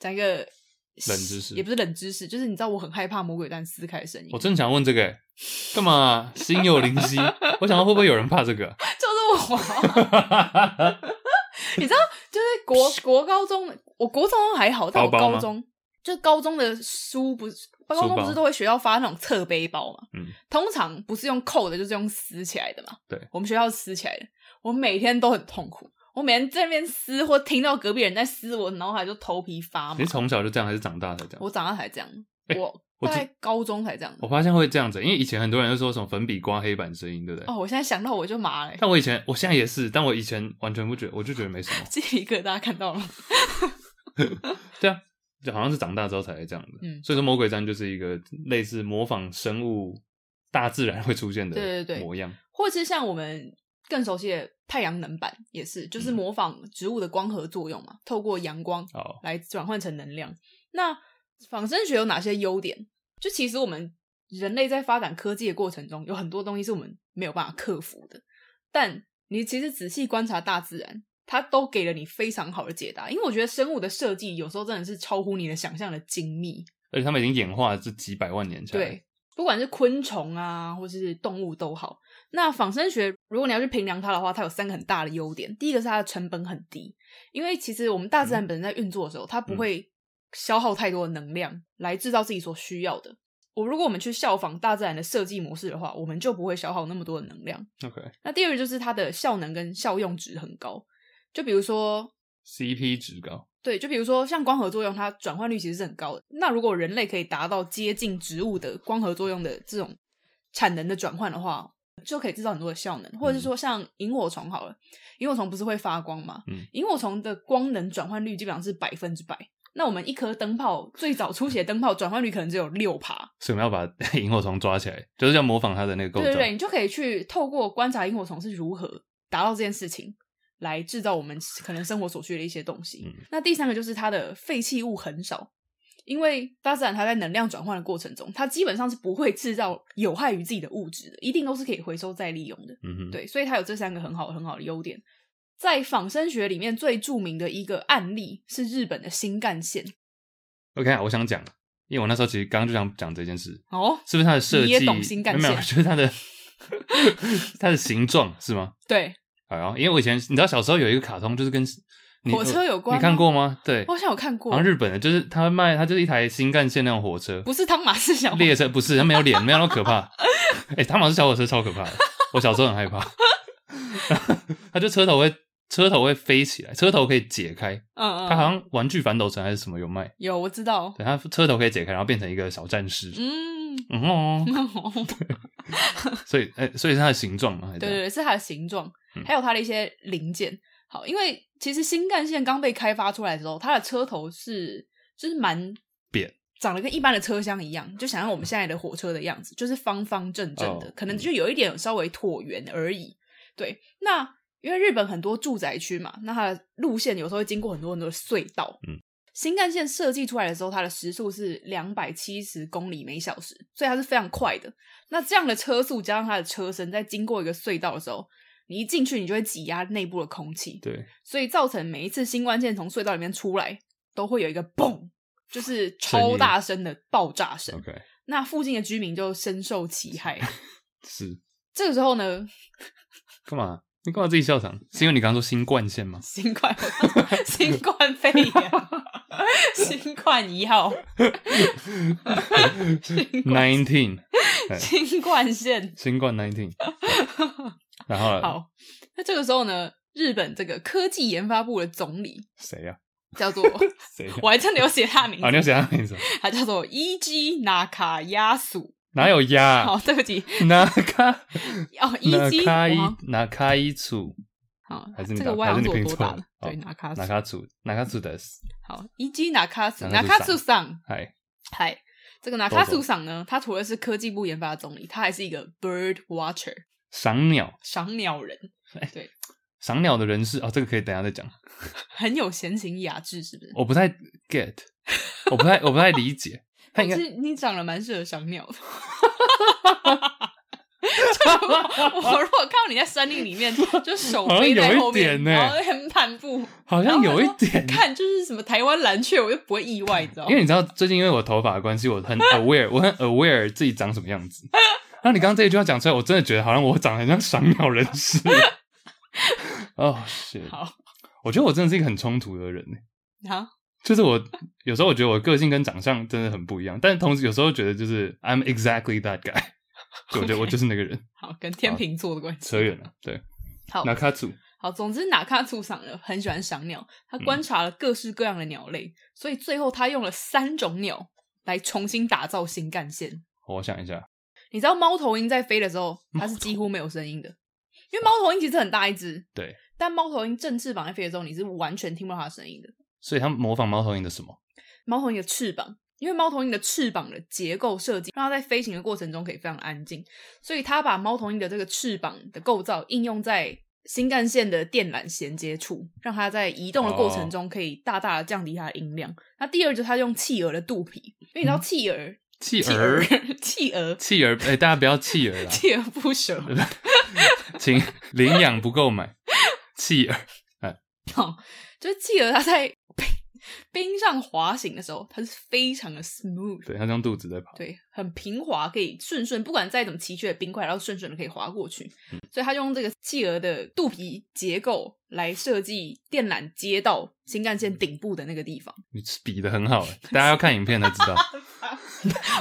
讲一个冷
知识
也不是冷知识，哦就是你知道我很害怕魔鬼毡撕开的声音，
我真想问这个、欸，干嘛啊、心有灵犀， 我想到会不会有人怕这个？
就是我， 你知道，就是国国高中，我国中还好，但我
包包吗
高中就高中的书不是。高中
书包
不是都会学校发那种侧背包嘛？
嗯，
通常不是用扣的，就是用撕起来的嘛。
对，
我们学校是撕起来的，我每天都很痛苦。我每天在那边撕，或听到隔壁人在撕我，脑海就头皮发麻
你是。从小就这样，还是长大才这样？
我长大才这样，
哎
我
我哦
大
只
概高中才这样。
我发现会这样子，因为以前很多人都说什么粉笔刮黑板声音，对不对？
哦，我现在想到我就麻了、欸，。
但我以前，我现在也是，但我以前完全不觉得，我就觉得没什么
鸡皮疙瘩看到了吗。
对啊，就好像是长大之后才会这样的。
嗯
所以说魔鬼毡就是一个类似模仿生物、大自然会出现的
对对对
模样。
或者是像我们更熟悉的太阳能板，也是就是
嗯
模仿植物的光合作用嘛，透过阳光
好，
来转换成能量。那仿生学有哪些优点？就其实我们人类在发展科技的过程中，有很多东西是我们没有办法克服的。但你其实仔细观察大自然，它都给了你非常好的解答。因为我觉得生物的设计有时候真的是超乎你的想象的精密。
而且他们已经演化了这几百万年下来。
对，不管是昆虫啊，或是动物都好。那仿生学，如果你要去评量它的话，它有三个很大的优点。第一个是它的成本很低，因为其实我们大自然本身在运作的时候，它不会消耗太多的能量来制造自己所需要的。我如果我们去效仿大自然的设计模式的话，我们就不会消耗那么多的能量。
，OK，CP、
那第二个就是它的效能跟效用值很高，就比如说，
值高，
对，就比如说像光合作用，它转换率其实是很高的。那如果人类可以达到接近植物的光合作用的这种产能的转换的话，就可以制造很多的效能，或者是说像萤火虫好了，萤火虫不是会发光吗？
嗯
萤火虫的光能转换率基本上是百分之百。那我们一颗灯泡最早出血灯泡转换率可能只有六趴，
所以我们要把 萤火虫抓起来，就是要模仿它的那个构造。
对对对，你就可以去透过观察萤火虫是如何达到这件事情，来制造我们可能生活所需的一些东西。
嗯
那第三个就是它的废弃物很少，因为大自然它在能量转换的过程中，它基本上是不会制造有害于自己的物质的，一定都是可以回收再利用的。
嗯哼，
对，所以它有这三个很好很好的优点。在仿生学里面最著名的一个案例是日本的新干线
OK 啊，我想讲，因为我那时候其实刚刚就想讲这件事，
哦，
是不是它的设计？
你也懂新干线
没有，没有就是它的 它的形状是吗？
对，
好，然后哎因为我以前你知道小时候有一个卡通，就是跟你
火车有关吗
你看过吗？对，
我好像有看过
好像，日本的，就是他卖，它就是一台新干线那种火车
不是汤马士小
列车，不是它没有脸，没有那么可怕。 哎、他马是小火车超可怕的，我小时候很害怕。 它就车头会车头会飞起来，车头可以解开，
嗯
它好
嗯，
像玩具反斗城还是什么有卖，
有我知道，
对，它车头可以解开，然后变成一个小战士。
嗯，
嗯哦， 所以，哎、所以是它的形状嘛？还是
对
怎
对
样，
对，是它的形状
嗯，
还有它的一些零件。好，因为其实新干线刚被开发出来的时候，它的车头是就是蛮
扁，嗯
长得跟一般的车厢一样，就想象我们现在的火车的样子，就是方方正正的，
哦
可能就有一点稍微椭圆而已。对，那因为日本很多住宅区嘛，那它的路线有时候会经过很多很多的隧道。
嗯，
新干线设计出来的时候，它的时速是两百七十公里每小时，所以它是非常快的。那这样的车速加上它的车身，在经过一个隧道的时候，你一进去，你就会挤压内部的空气，
对，
所以造成每一次新干线从隧道里面出来，都会有一个嘣，就是
声
超
音嗯
大声的爆炸声。
OK，
那附近的居民就深受其害。
是
这个时候呢，
干嘛？你干嘛自己笑场？是因为你刚刚说新冠线吗？
新冠新冠肺炎， 新冠一号，
Nineteen，哎
新冠线。
新冠 nineteen。然后呢
好，那这个时候呢，日本这个科技研发部的总理
谁呀？
叫 做，
谁呀？
我还真的有写他的名字，
啊，你要写他名 字？
他叫做伊基纳卡亚苏。
哪有鸭？
好，对不起，
哪卡
哦，伊
哪
基，
卡
我好
一哪卡一处
好，
还是你
这个
打
我好
还
像
是你
做
拼
多
错
大
了
了？
好
对，纳卡
哪
苏。
卡处哪卡处的？
好，伊基纳卡苏，纳
纳
卡
卡
苏
苏
桑，
嗨，
嗨。这个纳卡苏桑呢，他除了是科技部研发的总理，他还是一个 bird watcher
赏鸟，
赏鸟人，
赏鸟的人士哦，这个可以等一下再讲。
很有闲情雅致，是不是？
我不太 get，我不太我不太理解。他应
可
该
是哦你长得蛮适合赏 鸟的。就我我如果看到你在山林里 面，就手
好像
背在
有一
后面，
点呢
然后很漫步，
好像有一点
然后他说看就是什么台湾蓝雀，我就不会意外，你知道
因
吗
为？你知道，最近因为我头发的关系，我 很 aware，我很 aware 自己长什么样子。然后你刚刚这一句话讲出来，我真的觉得好像我长得很像赏鸟人士。哦，是，
好
我觉得我真的是一个很冲突的人，欸
啊，
就是我有时候我觉得我个性跟长相真的很不一样，但是同时有时候觉得就是 I'm exactly that guy，就我 觉得
OK
我就是那个人。
好，跟天秤座的关系
扯远了，对，
好
那卡祖
好，总之哪卡出场了，很喜欢赏鸟，
嗯
他观察了各式各样的鸟类，所以最后他用了三种鸟来重新打造新干线。
我想一下，
你知道猫头鹰在飞的时候，它是几乎没有声音的，因为猫头鹰其实很大一只，
啊对，
但猫头鹰正翅膀在飞的时候，你是完全听不到它的声音的。
所以他模仿猫头鹰的什么？
猫头鹰的翅膀，因为猫头鹰的翅膀的结构设计，让它在飞行的过程中可以非常安静，所以它把猫头鹰的这个翅膀的构造应用在新干线的电缆衔接处，让它在移动的过
哦
程中可以大大的降低它的音量。那第二就是它用企鹅的肚皮，因为你知道企鹅，
嗯企
企
鹅，，
企鹅，
企鹅，哎，大家不要企鹅啦，
锲而不舍。
请领养不购买弃儿。
就是企鹅，它在冰冰上滑行的时候，它是非常的 smooth，
对，它用肚子在跑。
对，很平滑，可以顺顺，不管再怎么崎岖的冰块，然后顺顺的可以滑过去。
嗯
所以他用这个企鹅的肚皮结构来设计电缆接到新干
嗯
线顶部的那个地方。
欸 你比的很好，大家要看影片才知道。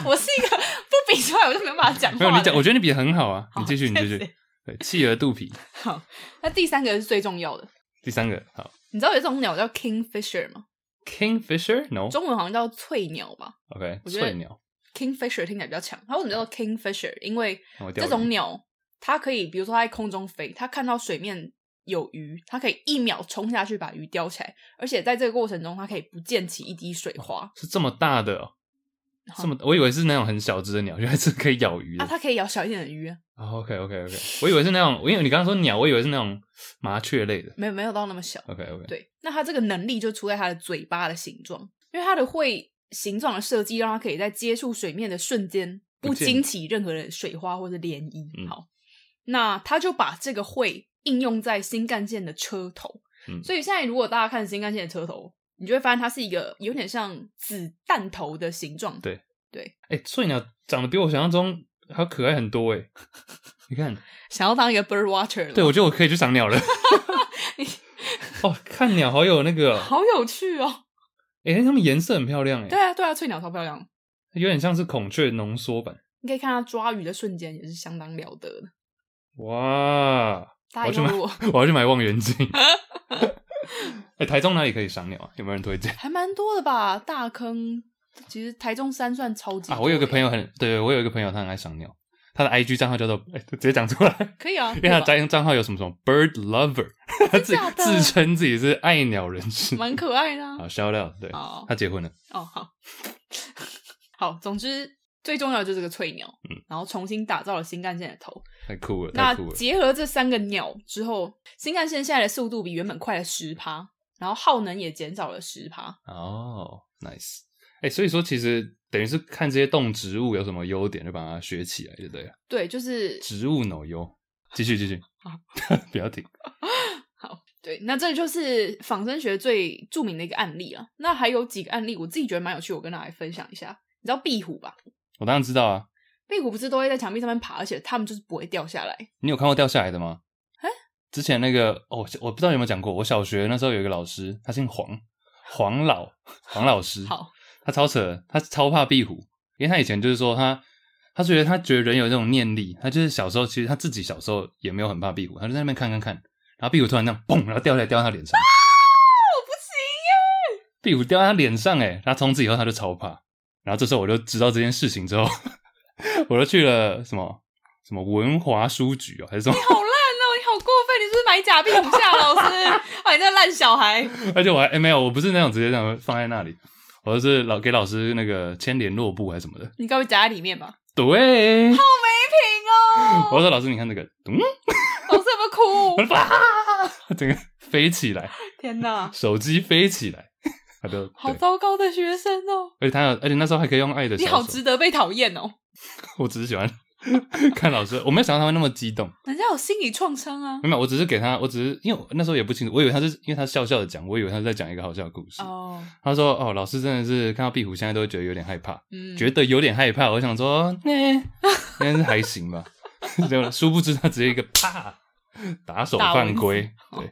我是一个不之外，我就没有办法讲话
没有
了。
你讲，我觉得你比得很好啊。
好
你继续，你继
谢
续
谢。
对，企鹅肚皮，
好，那第三个是最重要的。
第三个好
你知道有一种鸟叫 kingfisher 吗？
，Kingfisher，no，
中文好像叫翠鸟吧
OK，
我觉得
翠鸟，
？kingfisher 听起来比较强。它为什么叫做 kingfisher？因为
我钓
这
鱼
种鸟，它可以比如说它在空中飞，它看到水面有鱼，它可以一秒冲下去把鱼叼起来，而且在这个过程中，它可以不溅起一滴水花。
是这么大的哦，
好
这么我以为是那种很小只的鸟，原来是可以咬鱼的哦
啊，。它可以咬小一点的鱼啊，
OK OK OK，我以为是那种，因为你刚刚说鸟，我以为是那种麻雀类的。
没有没有到那么小。
OK OK，
对，那它这个能力就出在它的嘴巴的形状，因为它的会形状的设计，让它可以在接触水面的瞬间
不
不
见
惊起任何的水花或者涟漪。
嗯
好，那它就把这个会应用在新干线的车头，
嗯
所以现在如果大家看新干线的车头，你就会发现它是一个有点像子弹头的形状。
对哎，翠鸟长得比我想象中还要可爱很多哎。你看，
想要当一个 bird watcher，了
对我觉得我可以去赏鸟 了
你。
哦，看鸟好有那个、哦，
好有趣哦。
哎、它们颜色很漂亮哎
对，啊，对啊，翠鸟超漂亮。
有点像是孔雀浓缩版。
你可以看它抓鱼的瞬间也是相当了得的。
哇，
大
我
家
去
以
买
后如果，
我要去买望远 镜。哎、台中哪里可以赏鸟啊？有没有人推 荐？
还蛮多的吧？大坑其实台中山算超级
啊，我有一个朋
友
友很对，对我有一个朋友他很爱赏鸟，他的 IG 账号叫做、哎直接讲出来，
可以啊，
因为
对
他的
吧
账账号有什么什么 bird lover，他自
假的
自称自己是爱鸟人士。
蛮可爱 的啊
好，shout out，对，
哦
他结婚了，
哦，好 好，总之最重要的就是这个翠鸟，嗯，然后重新打造了新干线的头。
太酷了，太
那
酷了。
结合这三个鸟之后，新干线现在的速度比原本快了十趴，然后耗能也减少了十趴。
哦，nice，哎、所以说其实等于是看这些动植物有什么优点，就把它学起来，就对了。
对，就是
植物脑优，继续继续
好，
不要停。
对，那这就是仿生学最著名的一个案例啊。那还有几个案例，我自己觉得蛮有趣，我跟大家来分享一下。你知道壁虎吧？
我当然知道啊，
壁虎不是都会在墙壁上面爬，而且它们就是不会掉下来。
你有看过掉下来的吗？
哎
之前那个哦，我不知道有没有讲过，我小学那时候有一个老师，他姓黄，黄老，黄老师，
好，
他超扯，他超怕壁虎，因为他以前就是说他，他觉得他觉得人有这种念力，他就是小时候其实他自己小时候也没有很怕壁虎，他就在那边看看看，然后壁虎突然那样嘣，然后掉下来掉到他脸上，
啊我不行
壁虎掉到他脸上，哎，他从此以后他就超怕。然后这时候我就知道这件事情之后， 我就去了什么什么文华书局哦，还是什么，
好烂哦！你好过分，你是不是买假壁虎下老师？ 啊，你这烂小孩！
而且我还、哎没有，我不是那种直接这样放在那里，我就是老给老师那个签联络簿还是什么的。
你该不会夹在里面 吧？
对，
没品哦！
我说老师你看这个，嗯，
老师有没有哭？
啊，整个飞起来，
天哪，
手机飞起来，他就
好
对，
糟糕的学生哦！
而且他有，而且那时候还可以用爱的
你
小
好
手
值，得被讨厌哦！
我只是喜欢 看老师，我没有想到他会那么激动，
人家有心理创伤啊！
没有，我只是给他，我只是因为我那时候也不清楚，我以为他是因为他笑笑的讲，我以为他是在讲一个好笑的故事。
哦，
他说：“哦，老师真的是看到壁虎，现在都会觉得有点害怕，
嗯，
觉得有点害怕。”我想 说，那、应该是还行吧。 结果殊不知他直接一个啪打手
打
犯
蚊子
规，对。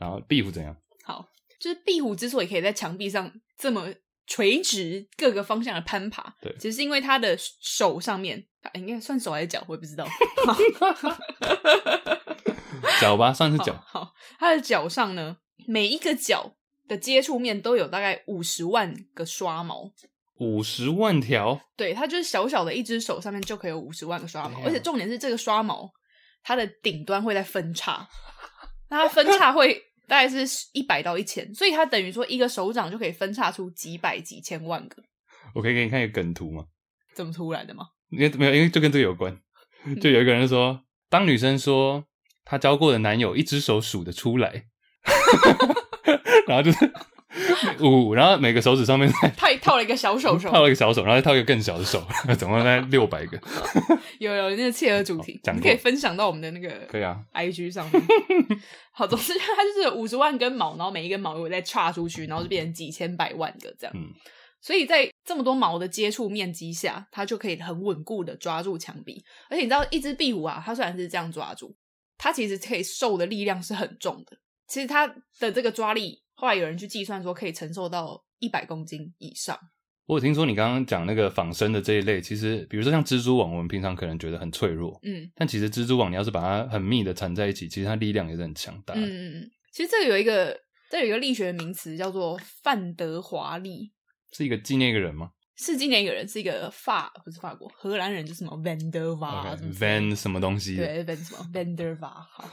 然后壁虎怎样？
好，就是壁虎之所以可以在墙壁上这么垂直各个方向的攀爬，
对
只是因为它的手上面，啊应该算手还是脚，我也不知道。
脚吧，算是
好
脚。
好，它的脚上呢，每一个脚的接触面都有大概五十万个刷毛。
五十万条，
对，它就是小小的一只手上面就可以有五十万个刷毛，
对啊
而且重点是这个刷毛，它的顶端会在分叉，那它分叉会大概是一百到一千，所以它等于说一个手掌就可以分叉出几百几千万个，
我可以给你看一个梗图吗？
这么突然的吗？
因为没有，因为就跟这个有关。就有一个人说，当女生说她交过的男友一只手数得出来， 然后就是五，然后每个手指上面再
他也套了一个小手手，
套了一个小手，然后再套一个更小的手， 总共在六百个。
有有那个切合主题
哦，讲
你
过
可以分享到我们的那个
可以啊，
IG 上面。 好，总之它就是五十万根毛，然后每一根毛有再岔出去，然后就变成几千百万个这样。
嗯
所以在这么多毛的接触面积下，它就可以很稳固的抓住墙壁。而且你知道，一只壁虎啊，它虽然是这样抓住，它其实可以受的力量是很重的。其实它的这个抓力，后来有人去计算说，可以承受到一百公斤以上。
我有听说你刚刚讲那个仿生的这一类，其实比如说像蜘蛛网，我们平常可能觉得很脆弱，
嗯
但其实蜘蛛网你要是把它很密的缠在一起，其实它力量也是很强大
嗯
的。
嗯嗯，其实这个有一个，这有一个力学名词叫做范德华力，
是一个纪念一个人吗
是今年一个人，是一个法不是法国荷兰人，就是什么 Van der Va 啊什么之类的
？OK，van 什么东西？，
对 Van 什么 Van der Va 好。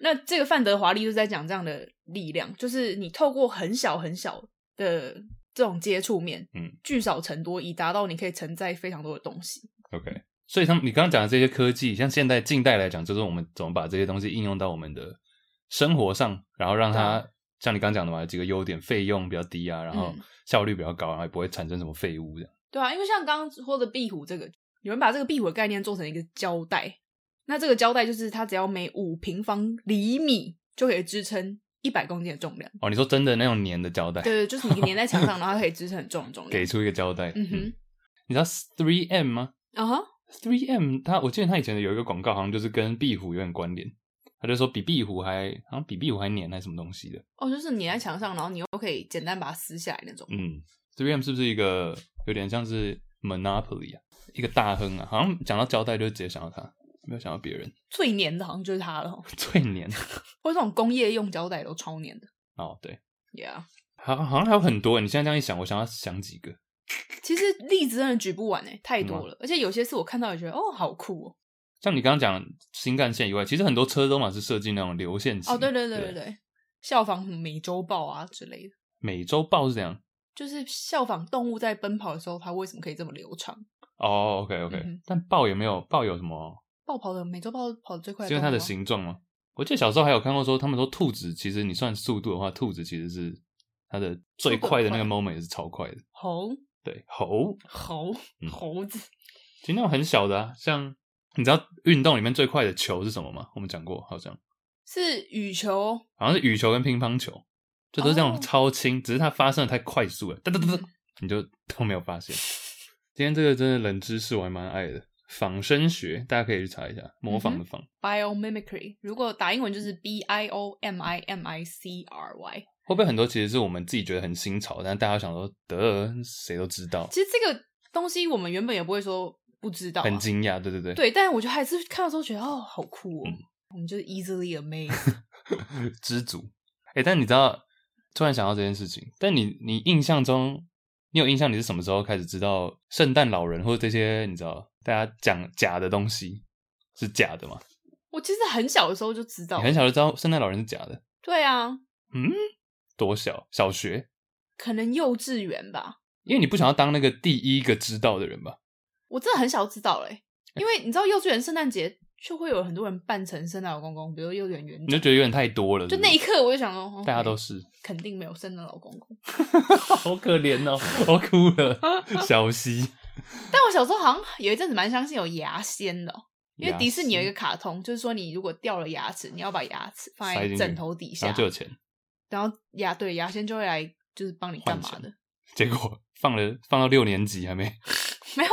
那这个范德华力就是在讲这样的力量，就是你透过很小很小的这种接触面，
嗯，
聚少成多，以达到你可以承载非常多的东西。
OK，所以他们你刚刚讲的这些科技，像现代近代来讲，就是我们怎么把这些东西应用到我们的生活上，然后让它像你刚刚讲的嘛，有几个优点，费用比较低啊，然后
嗯
效率比较高，然后也不会产生什么废物这样。
对啊，因为像刚刚说的壁虎这个，有人把这个壁虎的概念做成一个胶带，那这个胶带就是它只要每五平方厘米就可以支撑一百公斤的重量。
哦，你说真的那种粘的胶带，
对，就是你粘在墙 上，然后它可以支撑很重的重量。
给出一个胶带，
嗯哼，
你知道 Three M 吗
啊哈，
？Three M，它我记得它以前有一个广告，好像就是跟壁虎有点关联，他就说比壁虎还好像比壁虎还粘还是什么东西的。
哦，就是粘在墙上，然后你又可以简单把它撕下来那种。
嗯，Three M 是不是一个有点像是 Monopoly 啊，一个大亨啊？好像讲到胶带就直接想到他，没有想到别人
最粘的好像就是它了哦，
最黏。
或者这种工业用胶带都超粘的。
哦，对，
Yeah，
好，好像还有很多。欸你现在这样一想，我想要想几个。
其实例子真的举不完哎、太多了，而且有些是我看到也觉得哦，好酷哦。
像你刚刚讲新干线以外，其实很多车都嘛是设计那种流线型。
哦，对对对对对，效仿什么美洲豹啊之类的，
美洲豹是怎样？
就是效仿动物在奔跑的时候，它为什么可以这么流畅？
哦，OK OK，、
嗯哼
但豹也没有豹有什么？
豹跑的美洲豹跑得最快
是
动
因为
物
它
啊，
的形状吗？我记得小时候还有看过说，他们说兔子其实你算速度的话，兔子其实是它的最
速度很
快的那个
快
moment 也是超快的。
猴
对，猴
猴
嗯
猴子，
其实那种很小的啊，像你知道运动里面最快的球是什么吗？我们讲过，好像
是羽球，
好像是羽球跟乒乓球，就都是这
哦
种超轻，只是它发生的太快速了，噔噔噔噔，你就都没有发现。今天这个真的冷知识我还蛮爱的，仿生学大家可以去查一下，模
嗯
仿的仿。
biomimicry，如果打英文就是 B I O M I M I C R Y。
会不会很多其实是我们自己觉得很新潮，但大家想说得谁都知道，
其实这个东西我们原本也不会说不知道、啊，
很惊讶，对对对，
对，但是我觉得还是看到之后觉得哦，好酷哦，
嗯
我们就是 easily amazed。
知足。哎、但你知道，突然想到这件事情，但你你印象中，你有印象你是什么时候开始知道圣诞老人或者这些你知道大家讲假的东西是假的吗？
我其实很小的时候就知道
你，很小就知道圣诞老人是假的，
对啊，
嗯，多小？小学？
可能幼稚园吧，
因为你不想要当那个第一个知道的人吧？
我真的很小知道嘞、因为你知道幼稚园圣诞节就会有很多人扮成圣诞老公公，比如幼稚园园
你就
长，
觉得有点太多了
就那一
刻，
刻我就想说，哦
大家都
没
是，
肯定没有圣诞老公公。
好可怜哦，我哭了， 小溪。
但我小时候好像有一阵子蛮相信有牙仙的哦、因为迪士尼有一个卡通，就是说你如果掉了牙齿，你要把牙齿放
塞
在
进去
枕头底
然
下
后，就有钱，
然后牙对牙仙就会来就是帮你干
换
嘛
钱
的。
结果放了放到六年级还 没
没有，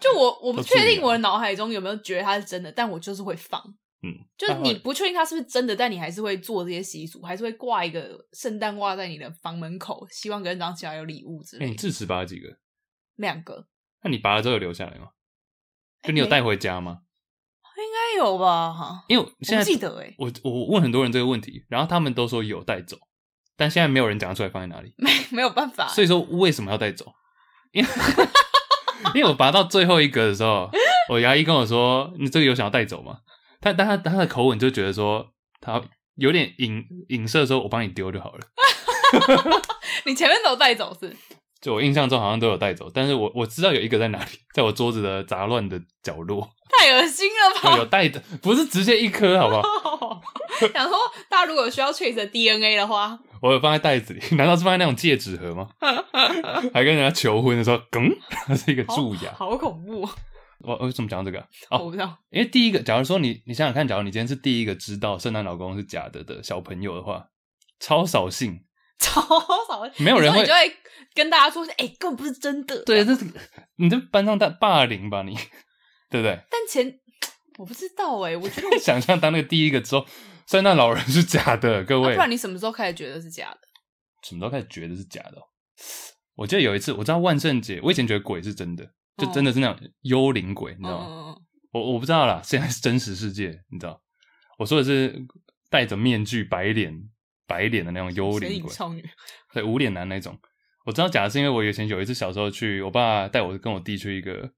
就我 我不
都
确
自己
定
啊
我的脑海中有没有觉得它是真的，但我就是会放。
嗯，
就是
那后
你
来
不确定它是不是真的，但你还是会做这些习俗，还是会挂一个圣诞挂在你的房门口，希望隔天早上起来有礼物之
哎、
类
你
的。
智齿拔了几个？
两个
那你拔了之后有留下来吗？
哎
就你有
没
带回家吗？
应该有吧？
因为我现在
我不记得哎
我我问很多人这个问题，然后他们都说有带走，但现在没有人讲得出来放在哪里。
没没有办法，
所以说为什么要带走？因为 因为我拔到最后一个的时候，我牙医跟我说：“你这个有想要带走吗？”但但他他的口吻就觉得说他有点影影射说：“我帮你丢就好了。”
你前面都有带走是？
就我印象中好像都有带走，但是我我知道有一个在哪里，在我桌子的杂乱的角落
太恶心了吧！
有带的，不是直接一颗好不好？
想说，大家如果有需要 trace 的 DNA 的话，
我有放在袋子里，难道是放在那种戒指盒吗？ 还跟人家求婚的时候，梗， 它是一个蛀牙。
好恐怖哦！
我我怎么讲到这个啊、哦
我不知道，
因为第一个，假如说你你想想看，假如你今天是第一个知道圣诞老公是假的的小朋友的话，超扫兴。
超少，
没有人
你说
会
你就会跟大家说，哎、根本不是真的。
对，这是 你这班上大霸凌吧你， 对不对？
但前我不知道哎、我觉得我
想象当那个第一个之后，圣诞老人是假的，各
啊
位。
不然你什么时候开始觉得是假的？
什么时候开始觉得是假的哦、我记得有一次，我知道万圣节，我以前觉得鬼是真的，就
哦
真的是那种幽灵鬼，你知道吗？
嗯嗯
我我不知道啦，现在是真实世界，你知道？我说的是戴着面具、白脸、白脸的那种
嗯，
幽
神
灵
隐
鬼，
少女，
对，无脸男那种。我知道假的是因为我以前有一次小时候去，我爸带我跟我弟去一个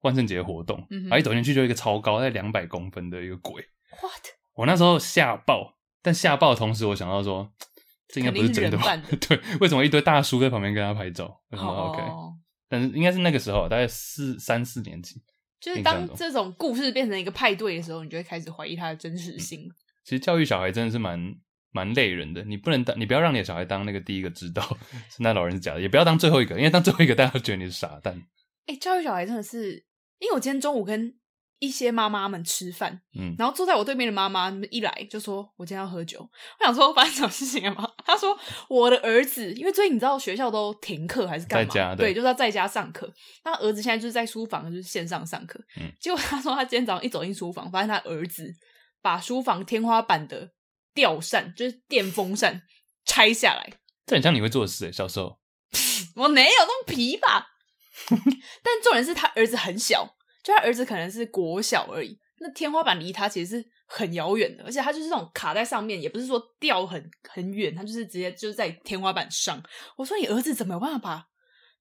万圣节活动，
嗯哼
然后一走进去就一个超高，在两百公分的一个鬼，
what
我那时候吓爆，但吓爆的同时，我想到说，这应该不是真的吧
肯定？
对，为什么一堆大叔在旁边跟他拍照？我想说嗯 OK，
哦
但是应该是那个时候，大概四三四年级，
就是
印
当
象中
这种故事变成一个派对的时候，你就会开始怀疑它的真实性。
其实教育小孩真的是蛮蛮累人的，你不能当，你不要让你的小孩当那个第一个知道 是那老人是假的，也不要当最后一个，因为当最后一个大家都觉得你是傻蛋。
哎、教育小孩真的是，因为我今天中午跟一些妈妈们吃饭，
嗯，
然后坐在我对面的妈妈一来就说：“我今天要喝酒。”我想说发生什么事情了吗？ 她说：“我的儿子，因为最近你知道学校都停课还是干嘛？
在家对
对，就是要在家上课。那儿子现在就是在书房，就是线上上课。
嗯
结果她说她今天早上一走进书房，发现她儿子把书房天花板的吊扇，就是电风扇拆下来。
这很像你会做的事、欸，小时候。
我没有那么皮吧？ 但重点是他儿子很小，就他儿子可能是国小而已，那天花板离他其实是很遥远的，而且他就是那种卡在上面，也不是说掉很很远，他就是直接就是在天花板上。我说你儿子怎么有办法把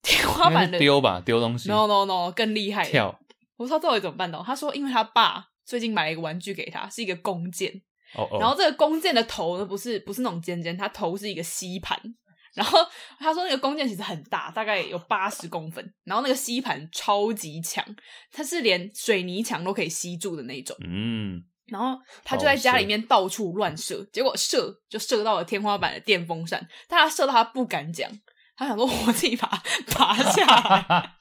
天花
应该
板
是
的
丢吧，丢东西
？No No No，更厉害，
跳
我说他到底怎么办到？他说因为他爸最近买了一个玩具给他，是一个弓箭，
哦哦，
然后这个弓箭的头呢，不是不是那种尖尖，它头是一个吸盘。然后他说那个弓箭其实很大，大概有八十公分，然后那个吸盘超级强，它是连水泥墙都可以吸住的那种。
嗯，
然后他就在家里面到处乱射，结果射就射到了天花板的电风扇，但他射到他不敢讲，他想说我自己把它拔下来，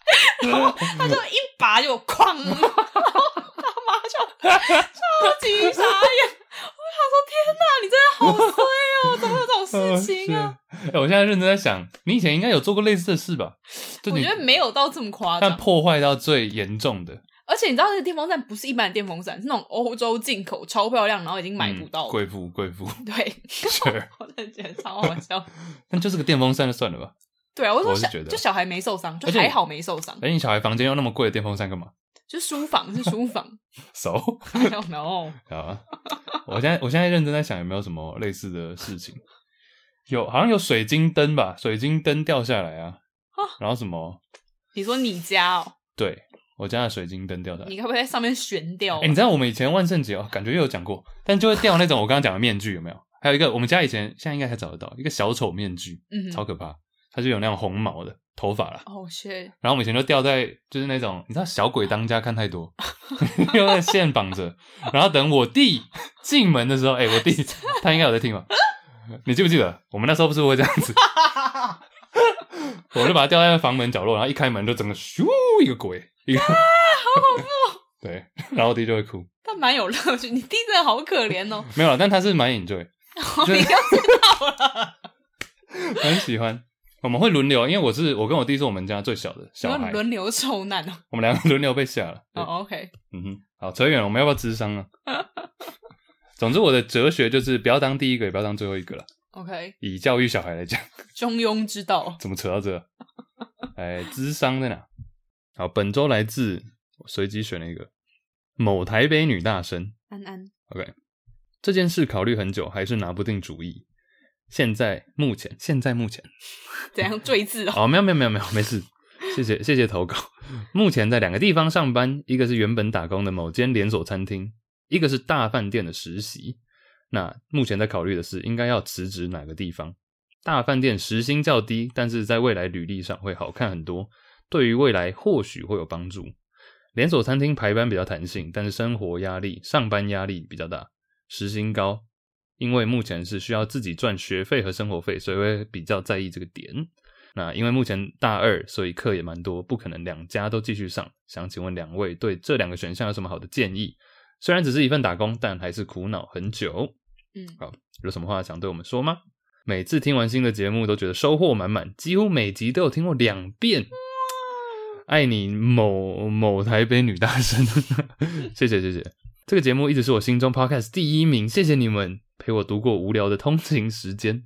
他就一拔就哐，然后他妈就超级傻眼。我想说，天哪，你真的好衰哦，怎么有这种事情啊？
是哎我现在认真在想，你以前应该有做过类似的事吧？就
我
你
觉得没有到这么夸
但
张，
破坏到最严重的，
而且你知道那个电风扇不是一般的电风扇，是那种欧洲进口超漂亮，然后已经买不到
嗯
的。
贵 妇贵妇，
对，
是，
我真的觉得超好笑。
但就是个电风扇就算了吧。
对啊，我说
我是
小
觉得
就小孩没受伤，就
而且
还好没受伤，
哎，你小孩房间用那么贵的电风扇干嘛？
就书房是书房。
手
I don't know，
啊！我现在我现在认真在想有没有什么类似的事情，有好像有水晶灯吧，水晶灯掉下来啊，然后什么？
你说你家哦，
对我家的水晶灯掉下来
你，该不会在上面悬吊
哎、
啊？
你知道我们以前万圣节哦，感觉又有讲过，但就会掉那种我刚刚讲的面具有没有？还有一个我们家以前现在应该还找得到一个小丑面具，
嗯哼
超可怕，它就有那种红毛的头发啦。
哦，是
然后我们以前就吊在就是那种你知道小鬼当家看太多， 用那线绑着，然后等我弟进门的时候，哎、我弟他应该有在听吧？你记不记得我们那时候不是会这样子？我们就把它吊在房门角落，然后一开门就整个咻一个鬼，一个、啊好恐怖。哦对，然后我弟就会哭。
但蛮有乐趣。你弟真的好可怜 哦，
没有了，但他是蛮 enjoy，
你 要知
很喜欢。我们会轮流，因为我是我跟我弟是我们家最小的小
道
孩，
轮流受难哦。
我们两个轮流被吓了。对
哦，OK，
嗯哼，好，扯远了，我们要不要智商啊？ 总之，我的哲学就是不要当第一个，也不要当最后一个了。
OK，
以教育小孩来讲，
中庸之道。
怎么扯到这？哎，智商在哪？好，本周来自我随机选了一个某台北女大生，
安安，
OK，这件事考虑很久，还是拿不定主意。现在目前，现在目前，
怎 样坠字哦？
哦，没有没有没有没有，没事，谢谢谢谢投稿。目前在两个地方上班，一个是原本打工的某间连锁餐厅，一个是大饭店的实习。那目前在考虑的是，应该要辞职哪个地方？大饭店时薪较低，但是在未来履历上会好看很多，对于未来或许会有帮助。连锁餐厅排班比较弹性，但是生活压力、上班压力比较大，时薪高，因为目前是需要自己赚学费和生活费，所以会比较在意这个点。那因为目前大二，所以课也蛮多，不可能两家都继续上。想请问两位对这两个选项有什么好的建议？虽然只是一份打工，但还是苦恼很久。
嗯
好，有什么话想对我们说吗？每次听完新的节目，都觉得收获满满，几乎每集都有听过两遍。爱你某某台北女大生， 谢谢谢谢。这个节目一直是我心中 podcast 第一名，谢谢你们陪我度过无聊的通勤时间。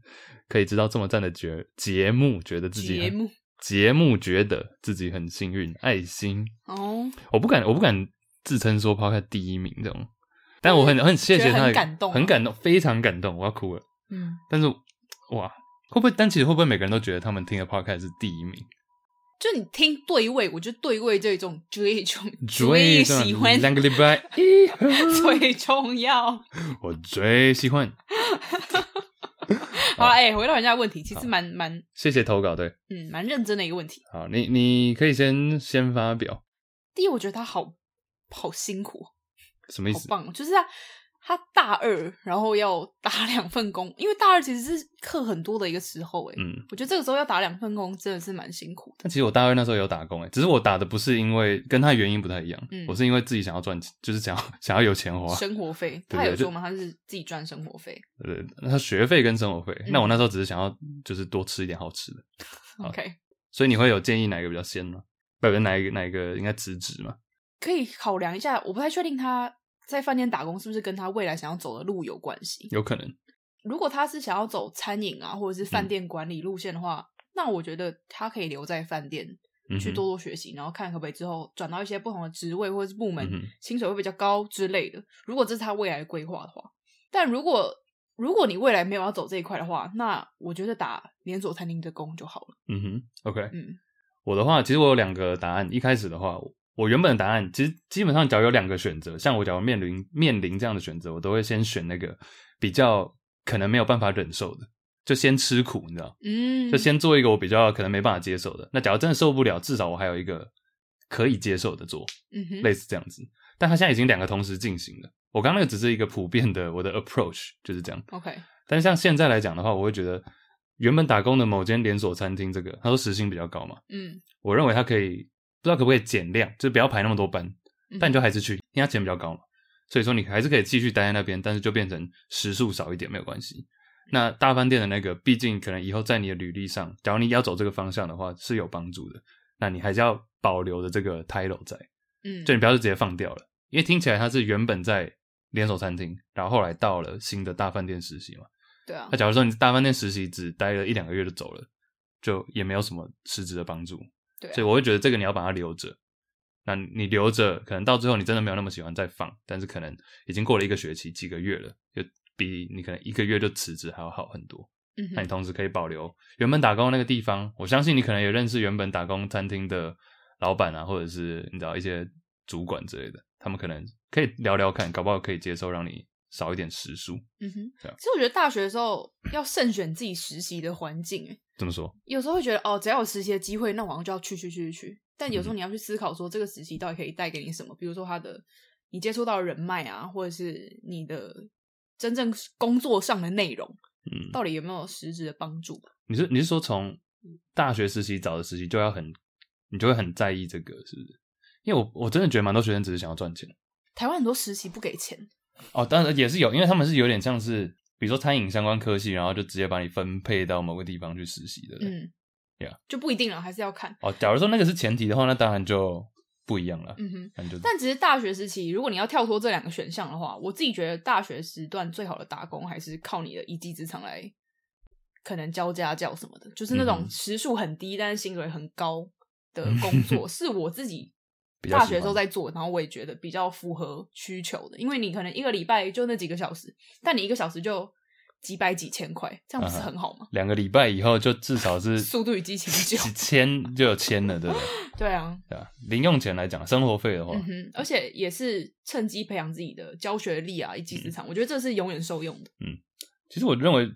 可以知道这么赞的节节目，觉得自己啊
节
很
目
节目觉得自己很幸运，爱心，
哦，
我不敢，我不敢自称说抛开第一名这种，但我很很谢
觉
谢他
得
的，
很感动啊
很感动，非常感动，我要哭了。
嗯，
但是哇，会不会？但其实会不会每个人都觉得他们听的 podcast 是第一名？
就你听对位，我觉得对位这种最重
最
喜欢
两个礼 拜，
最重 要。
我最喜欢。
好了，哎、回到人家的问题，其实蛮蛮
谢谢投稿，对，
嗯蛮认真的一个问题。
好，你你可以先先发表，
第一，我觉得他好好辛苦，
什么意
好
思？
棒哦，就是他他大二，然后要打两份工，因为大二其实是课很多的一个时候、欸，哎、
嗯，
我觉得这个时候要打两份工真的是蛮辛苦的。
但其实我大二那时候有打工、欸，只是我打的不是因为跟他原因不太一样，
嗯
我是因为自己想要赚钱，就是想要想要有钱花，
生活费，
对
他有
对就
说嘛，他是自己赚生活费。
呃，他学费跟生活费。
嗯
那我那时候只是想要就是多吃一点好吃的，好
OK，
所以你会有建议哪一个比较先吗？不，哪一个哪一个应该辞职嘛？
可以考量一下，我不太确定他在饭店打工是不是跟他未来想要走的路有关系。
有可能，
如果他是想要走餐饮啊，或者是
嗯
饭店管理路线的话，那我觉得他可以留在饭店
嗯哼
去多多学习，然后看可不可以之后转到一些不同的职位或者是部门，
嗯哼
薪水会比较高之类的。如果这是他未来的规划的话，但如果如果你未来没有要走这一块的话，那我觉得打连锁餐厅的工就好了。
嗯哼，OK。
嗯
我的话，其实我有两个答案。一开始的话，我我原本的答案其实基本上，只要有两个选择，像我假如面临面临这样的选择，我都会先选那个比较可能没有办法忍受的，就先吃苦，你知道，
嗯，
就先做一个我比较可能没办法接受的。那假如真的受不了，至少我还有一个可以接受的做。
嗯哼
类似这样子。但他现在已经两个同时进行了。我刚刚那个只是一个普遍的我的 approach 就是这样。
，OK，
但是像现在来讲的话，我会觉得原本打工的某间连锁餐厅，这个他说时薪比较高嘛，
嗯，
我认为他可以不知道可不可以减量，就不要排那么多班，
嗯
但你就还是去，因为他钱比较高嘛，所以说你还是可以继续待在那边，但是就变成时数少一点没有关
嗯
系。那大饭店的那个，毕竟可能以后在你的履历上，假如你要走这个方向的话是有帮助的，那你还是要保留着这个 title 在。
嗯，
就你不要就直接放掉了，因为听起来他是原本在连锁餐厅，然后后来到了新的大饭店实习嘛。
对啊
那，假如说你大饭店实习只待了一两个月就走了，就也没有什么实质的帮助，
对啊
所以我会觉得这个你要把它留着。那你留着，可能到最后你真的没有那么喜欢再放，但是可能已经过了一个学期、几个月了，就比你可能一个月就辞职还要好很多。
嗯
那你
哼，
同时可以保留原本打工的那个地方。我相信你可能也认识原本打工餐厅的老板啊，或者是你知道一些主管之类的，他们可能可以聊聊看，搞不好可以接受让你少一点时数。
嗯哼
对啊。
其实我觉得大学的时候要慎选自己实习的环境，哎，
怎么说？
有时候会觉得哦，只要有实习的机会，那我好像就要去去去去去。但有时候
嗯
你要去思考说，这个实习到底可以带给你什么？比如说他的你接触到的人脉啊，或者是你的真正工作上的内容，
嗯，
到底有没有实质的帮助？
你是你是说从大学实习找的实习就要很，你就会很在意这个，是不是？因为我我真的觉得蛮多学生只是想要赚钱
台湾很多实习不给钱，
哦，当然也是有，因为他们是有点像是比如说餐饮相关科系，然后就直接把你分配到某个地方去实习的。
嗯
Yeah
就不一定了，还是要看。
哦，假如说那个是前提的话，那当然就不一样了。
嗯哼，
那你就
但其实大学时期，如果你要跳脱这两个选项的话，我自己觉得大学时段最好的打工还是靠你的一技之长来，可能教家教什么的，就是那
嗯
种
哼
时数很低，但是薪水很高的工 作，是我自己
比较喜
大
欢
学的时候在做，然后我也觉得比较符合需求的，因为你可能一个礼拜就那几个小时，但你一个小时就几百几千块，这样不
嗯
是
哼
很好吗？
两个礼拜以后就至少是
速度与激情
几
九
千就有千了，对不对？
对啊，
对啊，零用钱来讲，生活费的话，
嗯哼，而且也是趁机培养自己的教学力啊，一技
嗯
之长，我觉得这是永远受用的。
其实我认为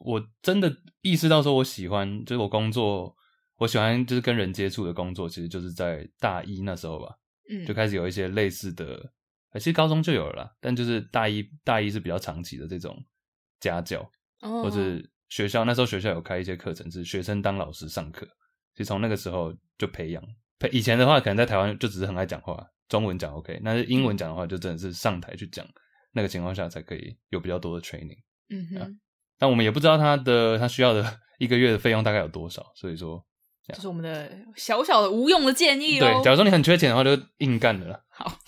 我真的意识到说，我喜欢就是我工作，我喜欢就是跟人接触的工作，其实就是在大一那时候吧，
嗯，
就开始有一些类似的，呃其实高中就有了啦，但就是大一大一是比较长期的这种家教，
哦
或是学校那时候学校有开一些课程，是学生当老师上课，其实从那个时候就培养。培以前的话，可能在台湾就只是很爱讲话，中文讲 OK，但是英文讲的话，就真的是上台去讲，那个情况下才可以有比较多的 training。
嗯
啊
哼，
但我们也不知道他的他需要的一个月的费用大概有多少，所以说，
这是我们的小小的无用的建议
对
喽。，
假如说你很缺钱的话，就硬干了啦。
哦好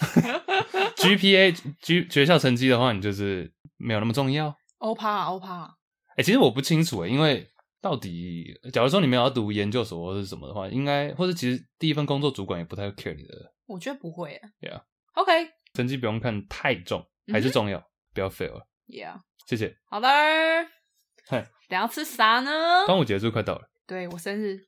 GPA G 学校成绩的话，你就是没有那么重要。
啊欧帕欧帕，
哎、其实我不清楚诶，因为到底，假如说你们要读研究所或是什么的话，应该或者其实第一份工作主管也不太会 care 你的
我觉得不会啊耶。
Yeah
OK，
成绩，不用看太重，
嗯哼
还是重要，不要 fail 了。
Yeah，
谢谢。
好 的儿。
嗨
等一下吃啥呢？
端午节是不是快到了，
对我生日，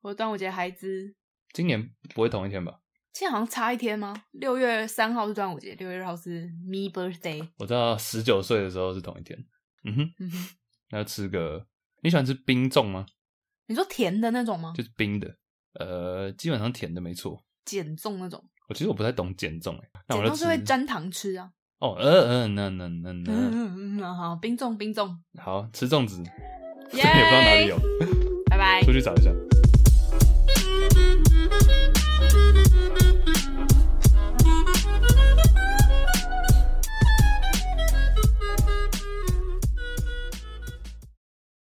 我端午节孩子，
今年不会同一天吧？
现在好像差一天吗？六月三号是端午节，六月二号是 me birthday。
我知道十九岁的时候是同一天。嗯哼，
嗯哼，
那要吃个，你喜欢吃冰粽吗？
你说甜的那种吗？
就是冰的，呃，基本上甜的没错。
减重那种，
我其实我不太懂减重、欸，那我
减
就
重
吃
是会沾糖吃啊。
哦，呃呃，那那那那，
嗯嗯嗯，好，冰粽冰粽，
好吃粽子，这
耶
也不知道哪里有，
拜拜
出。去找一下。